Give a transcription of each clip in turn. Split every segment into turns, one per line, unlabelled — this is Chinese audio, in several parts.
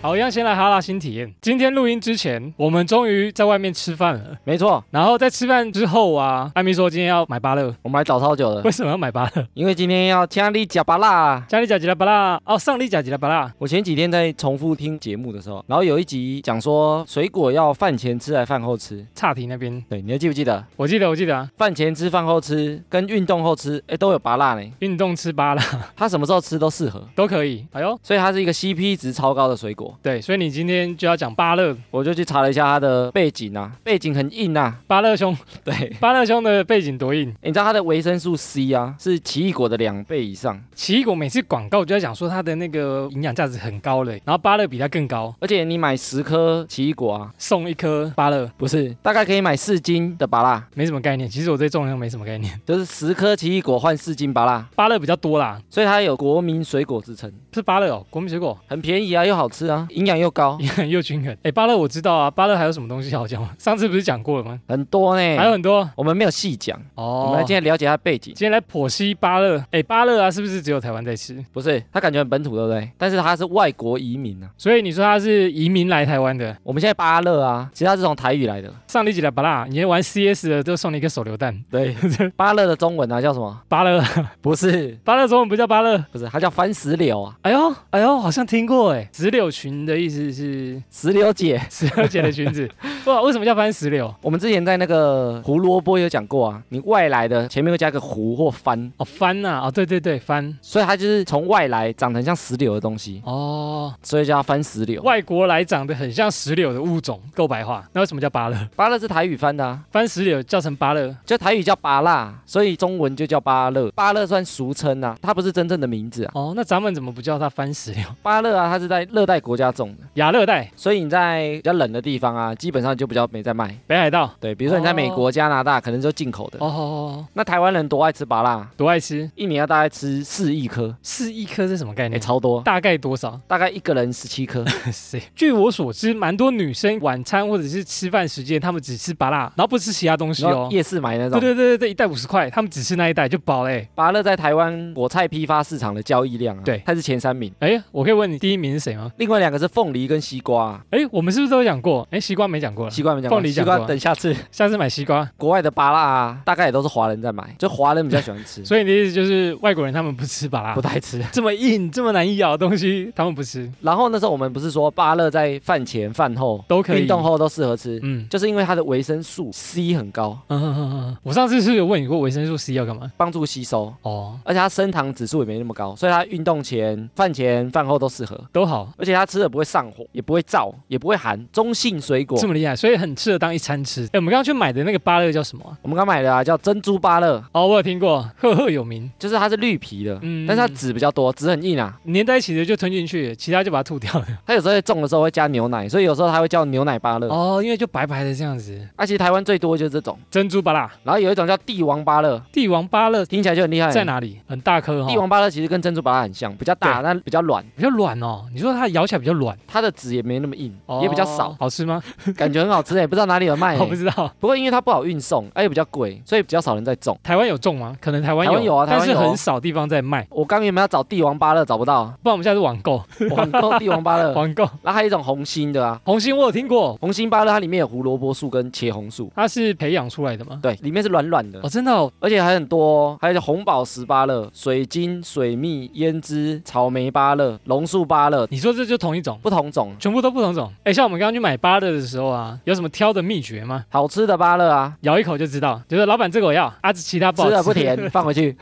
好，一样先来哈拉新体验。今天录音之前，我们终于在外面吃饭了。
没错，
然后在吃饭之后啊，艾米说今天要买芭乐，
我们来找超久了
为，什么要买芭乐？
因为今天要听你讲巴啦。
家里甲吉拉芭乐，哦，上里甲吉拉芭乐，
我前几天在重复听节目的时候，然后有一集讲说水果要饭前吃还是饭后吃？
岔题那边，
对，你还记不记得？
我记得我记得啊，
饭前吃、饭后吃跟运动后吃，哎，都有拔辣呢。
运动吃芭乐
它什么时候吃都适合，
都可以。哎呦，
所以它是一个 CP 值超高的水果。
对，所以你今天就要讲芭乐，
我就去查了一下它的背景啊，背景很硬啊。
芭乐兄，
对，诶
芭乐兄的背景多硬。
你知道它的维生素 C 啊是奇异果的两倍以上，
奇异果每次广告就在讲说它的那个营养价值很高嘞，然后芭乐比它更高，
而且你买十颗奇异果啊，
送一颗芭乐
不是大概可以买四斤的拔辣，
没什么概念。其实我对重量没什么概念，
就是十颗奇异果换四斤拔辣，
芭乐比较多啦，
所以它有国民水果之称，
是芭乐哦，国民水果。
很便宜啊，又好吃啊，营养又高，
又均衡。哎，芭乐我知道啊，芭乐还有什么东西好讲吗？ 上次不是讲过了吗？
很多呢。
还有很多
我们没有细讲，
哎
我
哦
们来今天了解它背景，
今天来剖析芭乐，哎，芭乐啊，是不是只有台湾在吃？
不是它感觉很本土，对不对？但是它是外国移民啊。
所以你说它是移民来台湾的？
我们现在芭乐啊，其实它是从台语来的，
上帝级的芭乐，你连玩 CS 的都送你一个手榴弹。
对， 芭乐的中文啊叫什么？
芭 乐，
不是，
芭乐中文不叫芭乐。
不是，它叫番石榴啊，
哎呦，哎呦，好像听过哎。石榴裙的意思是
石榴姐。
石榴姐的裙子。 哇，为什么叫番石榴？
我们之前在那个胡萝卜有讲过啊，你外来的前面会加个胡或番，
哦，番呐、啊，哦，对对对，番。
所以它就是从外来长得很像石榴的东西，
哦，
所以叫它番石榴。
外国来长得很像石榴的物种，够白话。那为什么叫芭乐？
芭乐是台语翻的啊，
番石榴叫成芭乐，
就台语叫芭辣，所以中文就叫芭乐。芭乐算俗称啊，它不是真正的名字啊。
哦，那咱们怎么不叫它番石榴？
芭乐啊，它是在热带国家种的，
亚热带、
所以你在比较冷的地方啊，基本上就比较没在卖。
北海道。
对，比如说你在美
哦
国、加拿大，可能就进口的。
哦哦哦，
那台湾人多爱吃芭辣，
多爱吃，
一年要大概吃四亿颗，
是一颗是什么概
哎、
念？
超多，
嗯大概多 少？
大概一个人十七 颗。
谁？据我所知，蛮多女生晚餐或者是吃饭时间，她们只吃芭辣，然后不吃其他东西
然后
哦。
夜市买那
对
种。
对对对对，一袋五十块，她们只吃那一袋就饱欸嘞。
芭乐在台湾果菜批发市场的交易量啊，
对
它是前三名，
哎，我可以问你第一名是谁吗？
另外两个是凤梨跟西瓜、啊。
哎，我们是不是都有讲过？哎，西瓜没讲过了，
西瓜没讲过，
凤梨
西
讲过啊
瓜等下次。
下次买西瓜。
国外的芭乐啊，大概也都是华人在买，就华人比较喜欢 吃，
所以你的意思就是外国人他们不吃芭
不
辣，
太吃。
这么硬、这么难咬的东西，他们不吃
然后那时候我们不是说芭乐在饭前、饭后、
都可以。
运动，后都适合吃，
嗯。
就是因为它的维生素 C 很高，
嗯嗯嗯嗯，我上次是不是有问你过维生素 C 要干嘛？
帮助吸收。
哦，
而且它升糖指数也没那么高，所以它运动前、饭前、饭后都适合。
都好，
而且它吃了不会上火，也不会燥，也不会寒，中性水果
这。么厉害，所以很适合当一餐吃。哎，我们刚刚去买的那个芭乐叫什么啊、
我们刚买的啊，叫珍珠芭乐，
哦，我有听过，赫赫有名。
就是它是绿皮的，
嗯
但是它籽比较多，籽很硬啊。
粘在一起的就吞进去，其他就把它吐掉 了。
它有时候在种的时候会加牛奶，所以有时候它会叫牛奶芭乐。哦、
哦，因为就白白的这样子。
啊，其实台湾最多就是这种，
珍珠芭乐，
然后有一种叫帝王芭乐，
帝王芭乐
听起来就很厉害。
在？哪里？很大颗
哎帝
哦，
王芭乐其实跟珍珠芭乐很像，比较大，但比较软，
比较软哦。你说它咬起来比较软，
它的籽也没那么硬，
哦
也比较少，哎
好吃吗？
感觉很好吃诶，不知道哪里有卖
我不
诶。
知道，
不过因为它不好运送，而且比较贵，所以比较少人在种。
台湾有种吗？可能台湾有，
台湾有啊台
但
湾
是
有啊
很少地方在卖。
我刚原本要找帝王芭乐找不 到，
不然我们下次网 购，
网购帝王芭乐，
网购
然后还有一种红心的啊，
红心我有听过，
红心芭乐它里面有胡萝卜素跟茄红素，
它是培养出来的吗？
对，里面是软软的，
嗯哦，真的哦，
而且还很多、哦，还有红宝石芭乐、水晶、水蜜、胭脂、草莓芭乐、龙树芭乐，
你说这就同一种。
不同种
全部都不同种，哎，像我们刚刚去买芭乐的时候啊，有什么挑的秘诀吗？
好吃的芭乐啊，
咬一口就知道，就是老板这个我要，啊，其他不好
吃了不甜，放回去，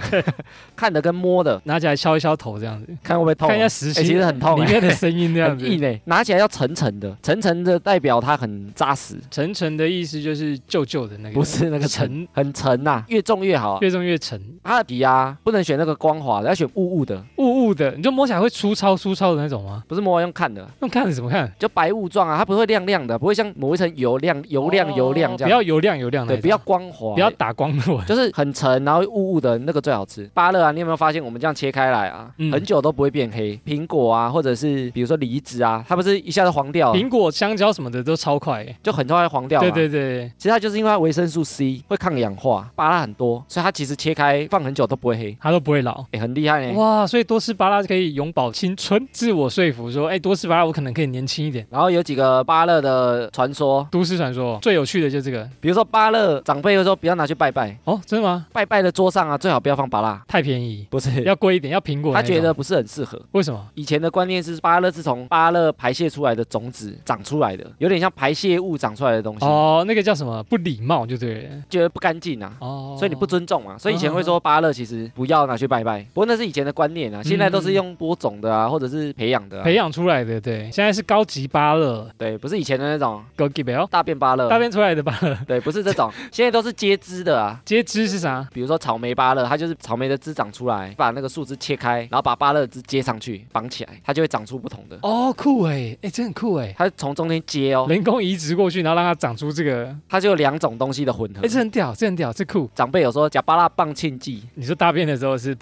看的跟摸的，
拿起来敲一敲头这样子，
看会不会痛啊、
看一下实
哎
心、
其实很痛、
里
欸，
面 的声音这样
很
子。
硬哎、拿起来要沉沉的，沉沉的代表它很扎实，
沉沉的意思就是旧旧的那个，
不是那个沉，
沉，
很沉呐、越重越好啊、
越重越沉，
它的皮啊，不能选那个光滑的，要选雾雾的，
雾雾的，你就摸起来会粗糙粗糙的那种吗？
不是摸完用看的，
那看着怎么看？
就白雾状啊，它不会亮亮的，不会像抹一层油亮油亮油亮
哦
这
不
样，
要油亮油亮的，
对，不要光滑，
不要打光我。
就是很沉，然后雾雾的那个最好吃。芭乐啊，你有没有发现我们这样切开来啊，
嗯
很久都不会变黑。苹果啊，或者是比如说梨子啊，它不是一下子黄掉了，
苹果、香蕉什么的都超快、欸
就很快黄掉
对
了。
对对，
其实它就是因为它维生素 C 会抗氧化，芭乐很多，所以它其实切开放很久都不会黑，
它都不会老。
哎、很厉害呢、
哇，所以多吃芭拉可以永葆青春，自我说服说，哎、多多吃芭乐，我可能可以年轻一点。
然后有几个芭乐的传说，
都市传说最有趣的就是这个
比如说芭乐长辈会说不要拿去拜拜，
哦，真的吗？
拜拜的桌上啊最好不要放芭乐，
太便宜，
不是，
要贵一点，要苹果那
他
种。
觉得不是很适合。
为什么？
以前的观念是芭乐是从芭乐排泄出来的种子长出来的，有点像排泄物长出来的东西，
哦，那个叫什么？不礼貌就对了。
觉得不干净啊。
哦，嗯
所以你不尊重嘛，所以以前会说芭乐其实不要拿去拜拜，不过那是以前的观念啊，现在都是用播种的啊，或者是培养的、啊
嗯培，养出来的，对，现在是高级芭乐
对，不是以前的那种
g o g i b e l
大便芭乐，
大便出来的芭乐。
对，不是这 种，现在都是接枝的啊。
接枝是啥？
比如说草莓芭乐，它就是草莓的枝长出来，把那个树枝切开，然后把芭乐枝接上去，绑起来，它就会长出不同的。
哦，酷哎，哎，真的很酷哎。
它从中间接哦，
人工移植过去，然后让它长出这个，
它就有两种东西的混合
哎，。这很屌，这很屌，这酷。
长辈有说假芭乐棒庆忌，
你说大便的时候 是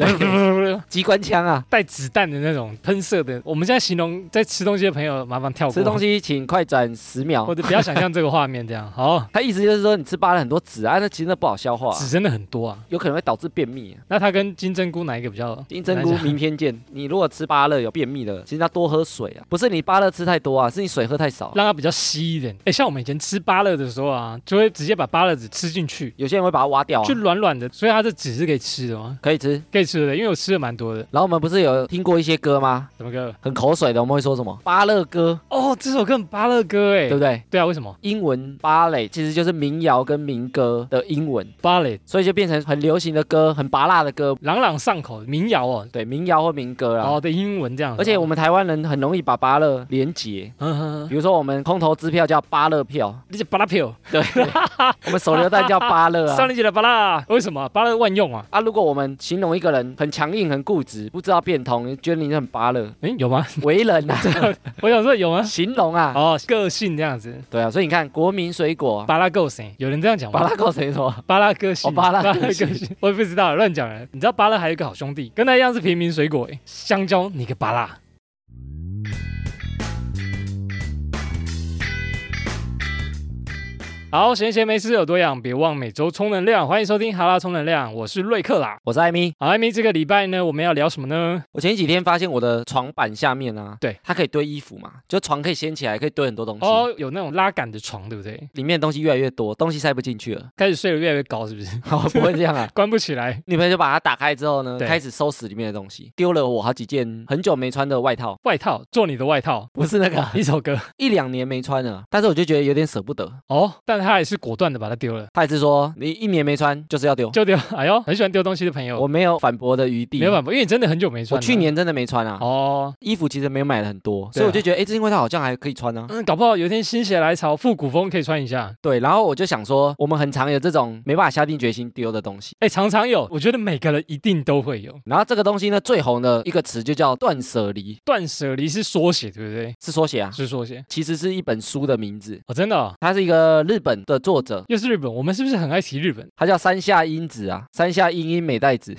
机关枪啊，
带子弹的那种喷射的，我们现在形容在吃东西的朋友，麻烦跳过。
吃东西请快转十秒
或。者不要想象这个画面这样。好，
它意思就是说你吃芭乐很多籽啊，那其实那不好消化啊、
纸真的很多啊。
有可能会导致便秘、啊。
那它跟金针菇哪一个比较？
金针菇明天见。你如果吃芭乐有便秘的，其实要多喝水啊，不是你芭乐吃太多啊，是你水喝太少。
让它比较稀一点。哎，像我们以前吃芭乐的时候啊，就会直接把芭乐籽吃进去，
有些人会把它挖掉、啊
就，软软的，所以它这籽是可以吃的吗？
可以吃。
可以吃的，因为我吃的蛮多的。
然后我们不是有听过一些歌吗？
怎么个？
很口水的，我们会说什么芭乐歌，
哦，这首歌很芭乐歌哎
对，不对？
对啊，为什么
英文芭蕾其实就是民谣跟民歌的英文，
芭蕾
所以就变成很流行的歌，很拔辣的歌，
朗朗上口，民谣哦，
对，民谣或民歌
哦
啊。
的英文这样子哦。
而且我们台湾人很容易把芭乐连结，
嗯，嗯，嗯
比如说我们空头支票叫芭乐 票，
你就芭拉票，
对，我们手榴弹叫芭 乐
上
啊。
你姐的芭拉，为什么芭乐万用啊？
啊，如果我们形容一个人很强硬、很固执，不知道变通，觉得你很芭乐，
哎，有吗？
为人啊，
我想说有吗？
形容啊，
哦，个性这样子，
对啊，所以你看国民水果啊，
巴拉个性，有人这样讲吗
芭？乐够谁说？
巴拉个性，
哦巴拉个性
性，我也不知道，乱讲人。你知道巴拉还有一个好兄弟，跟他一样是平民水果，哎，香蕉，你个巴拉。好，闲闲没事有多养，别忘每周充能量。欢迎收听哈拉充能量，我是瑞克啦。
我是艾米，
好，艾米，这个礼拜呢，我们要聊什么呢？
我前几天发现我的床板下面啊，
对，
它可以堆衣服嘛，就床可以掀起来，可以堆很多东西。
哦，有那种拉杆的床，对不对？
里面的东西越来越多，东西塞不进去 了，
开始睡得越来越高，是不是？。
我不会这样啊
关不起来，
女朋友就把它打开之后呢，
对
开始收拾里面的东西，丢了我好几件很久没穿的外套，
外套做你的外套，
不是那个
一首歌
一两年没穿了，但是我就觉得有点舍不得。
哦，但他也是果断的把它丢了。
他也是说你一年没穿就是要丢，
就丢， 哎呦，很喜欢丢东西的朋友，
我没有反驳的余地
没。有办法，因为你真的很久没穿
我
了。
去年真的没穿啊，
哦，
衣服其实没有买了很多，
对啊
所以我就觉得哎，这件外套好像还可以穿啊。
嗯，搞不好有一天心血来潮，复古风可以穿一下。
对，然后我就想说，我们很常有这种没办法下定决心丢的东西。
哎，常常有，我觉得每个人一定都会有。
然后这个东西呢，最红的一个词就叫断舍离，
断舍离是缩写，对不对？
是缩写啊，
是缩写。
其实是一本书的名字。
哦，真的哦、
它是一个日本的作者，
又是日本，我们是不是很爱提日本？
他叫山下英子啊，山下英英美 代子，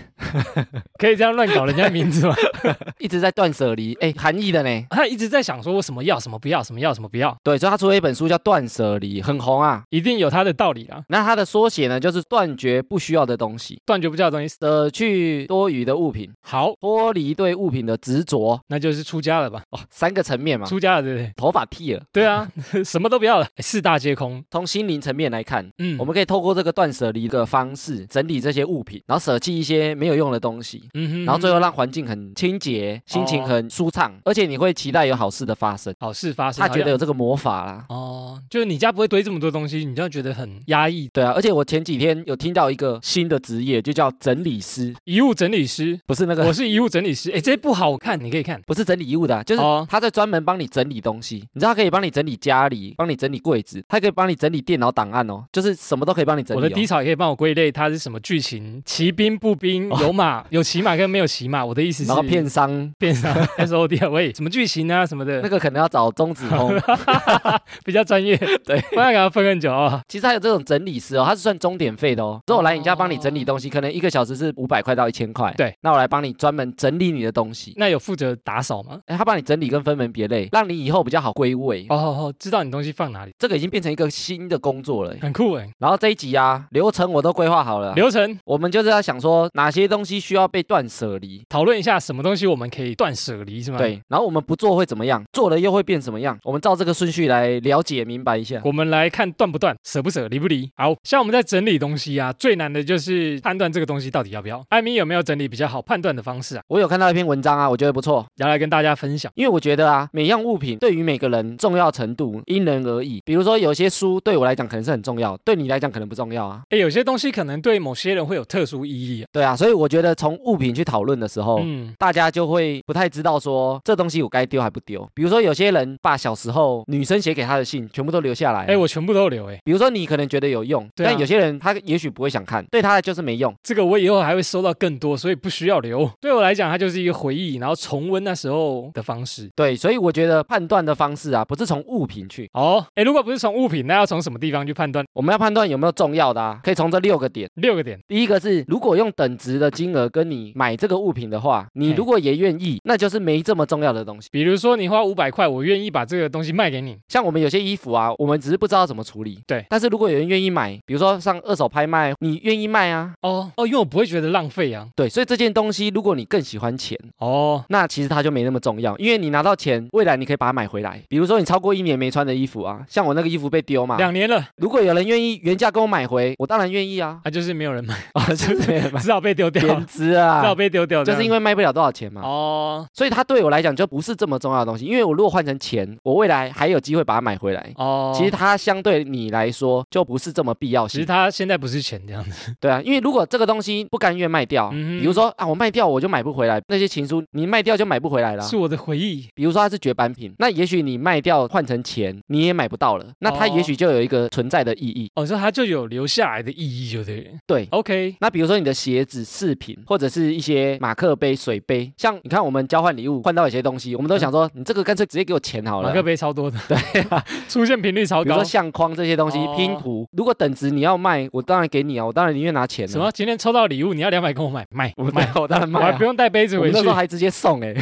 可以这样乱搞人家名字吗？
一直在断舍离，哎，含义的呢。
他一直在想说我什么要，什么不要，什么要，什么不要，
对，所以他出了一本书叫《断舍离》，很红啊。
一定有他的道理啦。
那它的缩写呢，就是断绝不需要的东西，
断绝不掉的东西，
舍去多余的物品，
好，
脱离对物品的执着。
那就是出家了吧？
哦，三个层面嘛，
出家了，对不对？
头发剃了。
对啊， 什么都不要了，哎四大皆空。
从心灵层面来看，
嗯，
我们可以透过这个断舍离的方式整理这些物品，然后舍弃一些没有用的东西，
嗯哼
然后最后让环境很清洁，心情
哦
很舒畅，而且你会期待有好事的发生。
好事发生，
他
好
觉
像
得有这个魔法啦。
哦，就是你家不会堆这么多东西，你就觉得很压抑。
对啊，而且我前几天有听到一个新的职业，就叫整理师，
遗物整理师，
不是那
我
个，
是遗物整理师，哎，这不好看，你可以看。
不是整理衣物的啊、就是
哦
他在专门帮你整理东西。你知道，他可以帮你整理家里，帮你整理柜子，他可以帮你整理电脑档案哦，就是什么都可以帮你整
我
理、哦。
的低潮也可以帮我归类，它是什么剧情？骑兵、步兵、有马、有骑马跟没有骑马。我的意思
哦然
是
后片商
变上 S O D 啊，喂，什么剧情啊什么
那
的，
个可能要找钟子 通，
比较专业。
对，
不然给他分很久啊。
其实还有这种整理师哦，他是算钟点费的哦。如果我来你家帮你整理东西，可能一个小时是五百块到一千块，
对，
那我来帮你专门整理你的东西。
那有负责打扫吗？
哎，他帮你整理跟分门别类，让你以后比较好归位。
哦，哦哦知道你东西放哪里。
这个已经变成一个新的工作了欸。
很酷哎。
然后这一集啊，流程我都规划好了啊，
流程
我们就是要想说哪些东西需要被断舍离。
讨论一下什么东西我们可以断舍离是吗？，
对，然后我们不做会怎么样？做了又会变什么样？我们照这个顺序来了解明白一下。
我们来看断不断，舍不舍，离不离。好像我们在整理东西啊，最难的就是判断这个东西到底要不要。艾米有没有整理比较好判断的方式啊？
我有看到一篇文章啊，我觉得不错，
要来跟大家分享。
因为我觉得啊，每样物品对于每个人重要程度因人而异。比如说，有些书对我来讲可能是很重要，对你来讲可能不重要啊。
哎，有些东西可能对某些人会有特殊意义、啊。
对啊，所以我觉得从物品去讨论的时候，
嗯，
大家就会不太知道说这东西我该丢还不丢。比如说，有些人把小时候女生写给他的信全部都留下来。啊
哎，我全部都有留哎，
比如说你可能觉得有用，
对啊
但有些人他也许不会想看，对他就是没用。
这个我以后还会收到更多，所以不需要留。对我来讲，它就是一个回忆，然后重温那时候的方式。
对，所以我觉得判断的方式啊，不是从物品去，
哦，哎，如果不是从物品，那要从什么地方去判断？
我们要判断有没有重要的啊，可以从这六个点。
六个点。
第一个是，如果用等值的金额跟你买这个物品的话，你
嘿
如果也愿意，那就是没这么重要的东西。
比如说，你花五百块，我愿意把这个东西卖给你。
像我们有些衣服啊，我们只是不知道怎么处理。
对
但是如果有人愿意买，比如说上二手拍卖，你愿意卖啊？
哦哦，因为我不会觉得浪费啊。
对，所以这件东西如果你更喜欢钱，
哦，
那其实它就没那么重要，因为你拿到钱，未来你可以把它买回来。比如说你超过一年没穿的衣服啊，像我那个衣服被丢嘛，
两年了，
如果有人愿意原价跟我买回，我当然愿
，
意啊
啊，就是没有人买，
啊，就是没人买，
只好被丢掉，
贬
只
值
好
啊，
被丢 掉，
就是因
为
为卖啊不了多少钱嘛。
哦
所以它对我来讲就不是这么重要的东西，因为我如果换成钱，我未来还有机会把它买回来。
哦，
其实它相对你来说就不是这么必要
其实
性，
他现在不是钱这样子，
对啊，因为如果这个东西不甘愿卖掉，
嗯哼
比如说啊我卖掉我就买不回来，那些情书你卖掉就买不回来了啊。
是我的回忆。
比如说它是绝版品，那也许你卖掉换成钱，你也买不到了，那它
哦
也许就有一个存在的意义。
哦，所以他就有留下来的意义，就对了。
对
OK，
那比如说你的鞋子、饰品，或者是一些马克杯、水杯，像你看我们交换礼物换到一些东西，我们都想说，你这个干脆直接给我钱好了啊
马。克杯超多的，对、 出现频率超
比如说
高。
相框这些东西
哦，
拼图，如果等值你要卖，我当然给你啊，我当然宁愿拿钱、啊。
什么？？今天抽到礼物，你要两百跟我买，买
我
买，
我当然
我
卖、
还
啊
不。用带杯子
我
回
们
去
那时，候还直接送哎、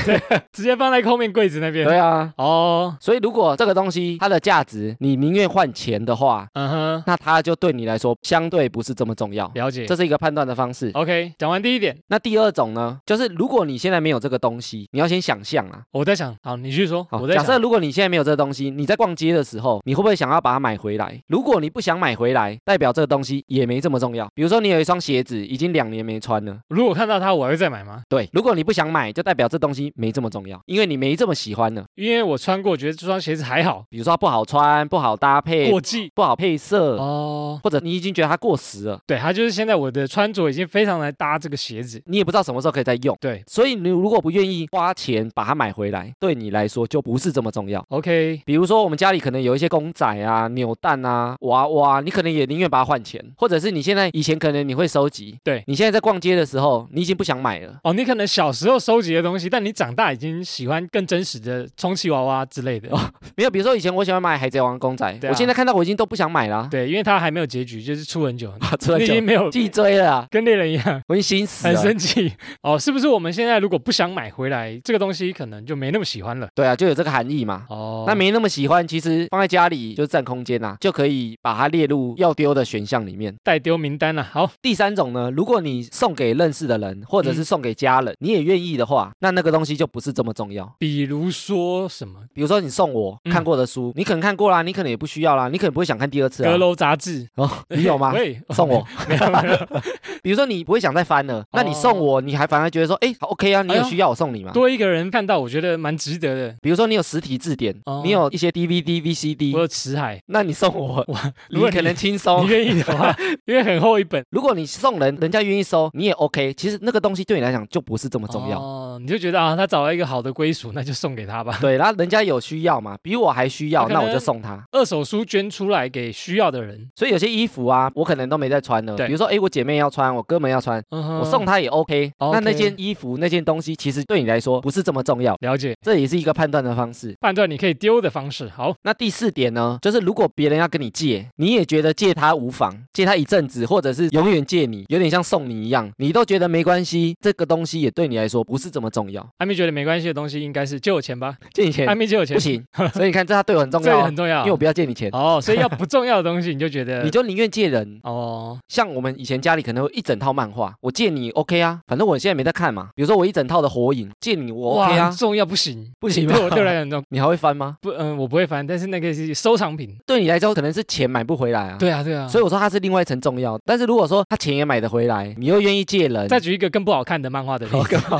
直接放在后面柜子那边。
对啊。
哦，
所以如果这个东西它的价值你宁愿换钱的话，
嗯哼，
那它就对你来说相对不是这么重要。
了解
这。是一个判断的方式。
OK，讲完第一点，
那第二种呢，就是如果你现在没有这个东西，你要先想象啊。
我在想，好，你继续说，
好，
我在
假
想。
设如果你现在没有这个东西，你在逛街的时候，你会不会想要把它买回来？如果你不想买回来，代表这个东西也没这么重要。比如说你有一双鞋子已经两年没穿了，
如果看到它，我还会再买吗？
对，如果你不想买，就代表这东西没这么重要，因为你没这么喜欢了。
因为我穿过，觉得这双鞋子还好，
比如说它不好穿、不好搭配、
过季。
不好配色，
哦，
或者你已经觉得它过时了，
对，它就是现在我的穿着已经非常来搭这个鞋子。
你也不知道什么时候可以再用。
对
所以你如果不愿意花钱把它买回来，对你来说就不是这么重要。
，OK，
比如说，我们家里可能有一些公仔啊、扭蛋啊、娃娃，你可能也宁愿把它换钱，或者是你现在以前可能你会收集，
对
你现在在逛街的时候，你已经不想买了。
哦，你可能小时候收集的东西，但你长大已经喜欢更真实的充气娃娃之类的。
没有，比如说以前我喜欢买海贼王公仔，
对啊
我现在看到我已经都不想买了啊、
对，因为它还没有结局，就是出很久，
啊，这
你已
就
经没有
脊椎了啊，
跟猎人一样。
我已经心死
很
了。
生气哦，是不是我们现在如果不想买回来这个东西，可能就没那么喜欢了
对啊，就有这个含义嘛。
哦？
那没那么喜欢，其实放在家里就占空间啦、就可以把它列入要丢的选项里面。
代丢名单了、好，
第三种呢，如果你送给认识的人，或者
嗯
是送给家人，你也愿意的话，那那个东西就不是这么重要。
比如说什么
比如说你送我
嗯
看过的书，你可能看过啦，你可能也不需要啦，你可能不会想看第二次
《阁
啊。
楼杂志》
哦，你有吗？
喂，
送我，
没有没有， 哦
比如说你不会想再翻了，那你送我，你还反而觉得说，哎好，OK 啊，你
哎
有
呦
需要我送你吗？
多一个人看到，我觉得蛮值得的。
比如说你有实体字典
哦，
你有一些 DVD、
我
VCD，
有辞海，
那你送我，
如
你
果
可能轻松
你。愿意的 话，因为很厚一本，
如果你送人，人家愿意收，你也 OK。其实那个东西对你来讲就不是这么重要。
哦，你就觉得啊，他找到一个好的归属，那就送给他吧。
对，然后人家有需要嘛，比我还需要，
那可
那
能
我就送他。
二手书捐出来给需要的人，
所以有些衣服啊，我可能都没在穿了。
对
比如说，哎，我姐妹要穿穿，我哥们要穿，
我
我送他也 OK。
哦 OK
那那件衣服那件东西，其实对你来说不是这么重要，
了解
这也是一个判断的方式。
判断你可以丢的方式。好，
那第四点呢，就是如果别人要跟你借，你也觉得借他无妨，借他一阵子，或者是永远借你，有点像送你一样，你都觉得没关系，这个东西也对你来说不是这么重要。
艾米觉得没关系的东西应该是借我钱吧，
借你钱
艾米借我钱
不，行，所以你看这他对我很重
这
要
个
哦、
很重要
因为我。不要借你钱，
哦，所以要不重要的东西你就觉得
你就宁愿借人。
哦，
像我们以前家里可能会一整套漫画，我借你 OK 啊，反正我现在没在看嘛。比如说我一整套的《火影》，借你我 OK
哇，
啊
很，重要不行
不行吗啊
对我对我来讲很重
你还会翻吗？
不嗯，我不会翻，但是那个是收藏品。
对你来说可能是钱买不回来啊。。
对啊对啊，
所
以
以我说它是另外一层重要，但是如果说他钱也买得回来，你又愿意借人，
再举一个更不好看的漫画的例
哦
子，
更好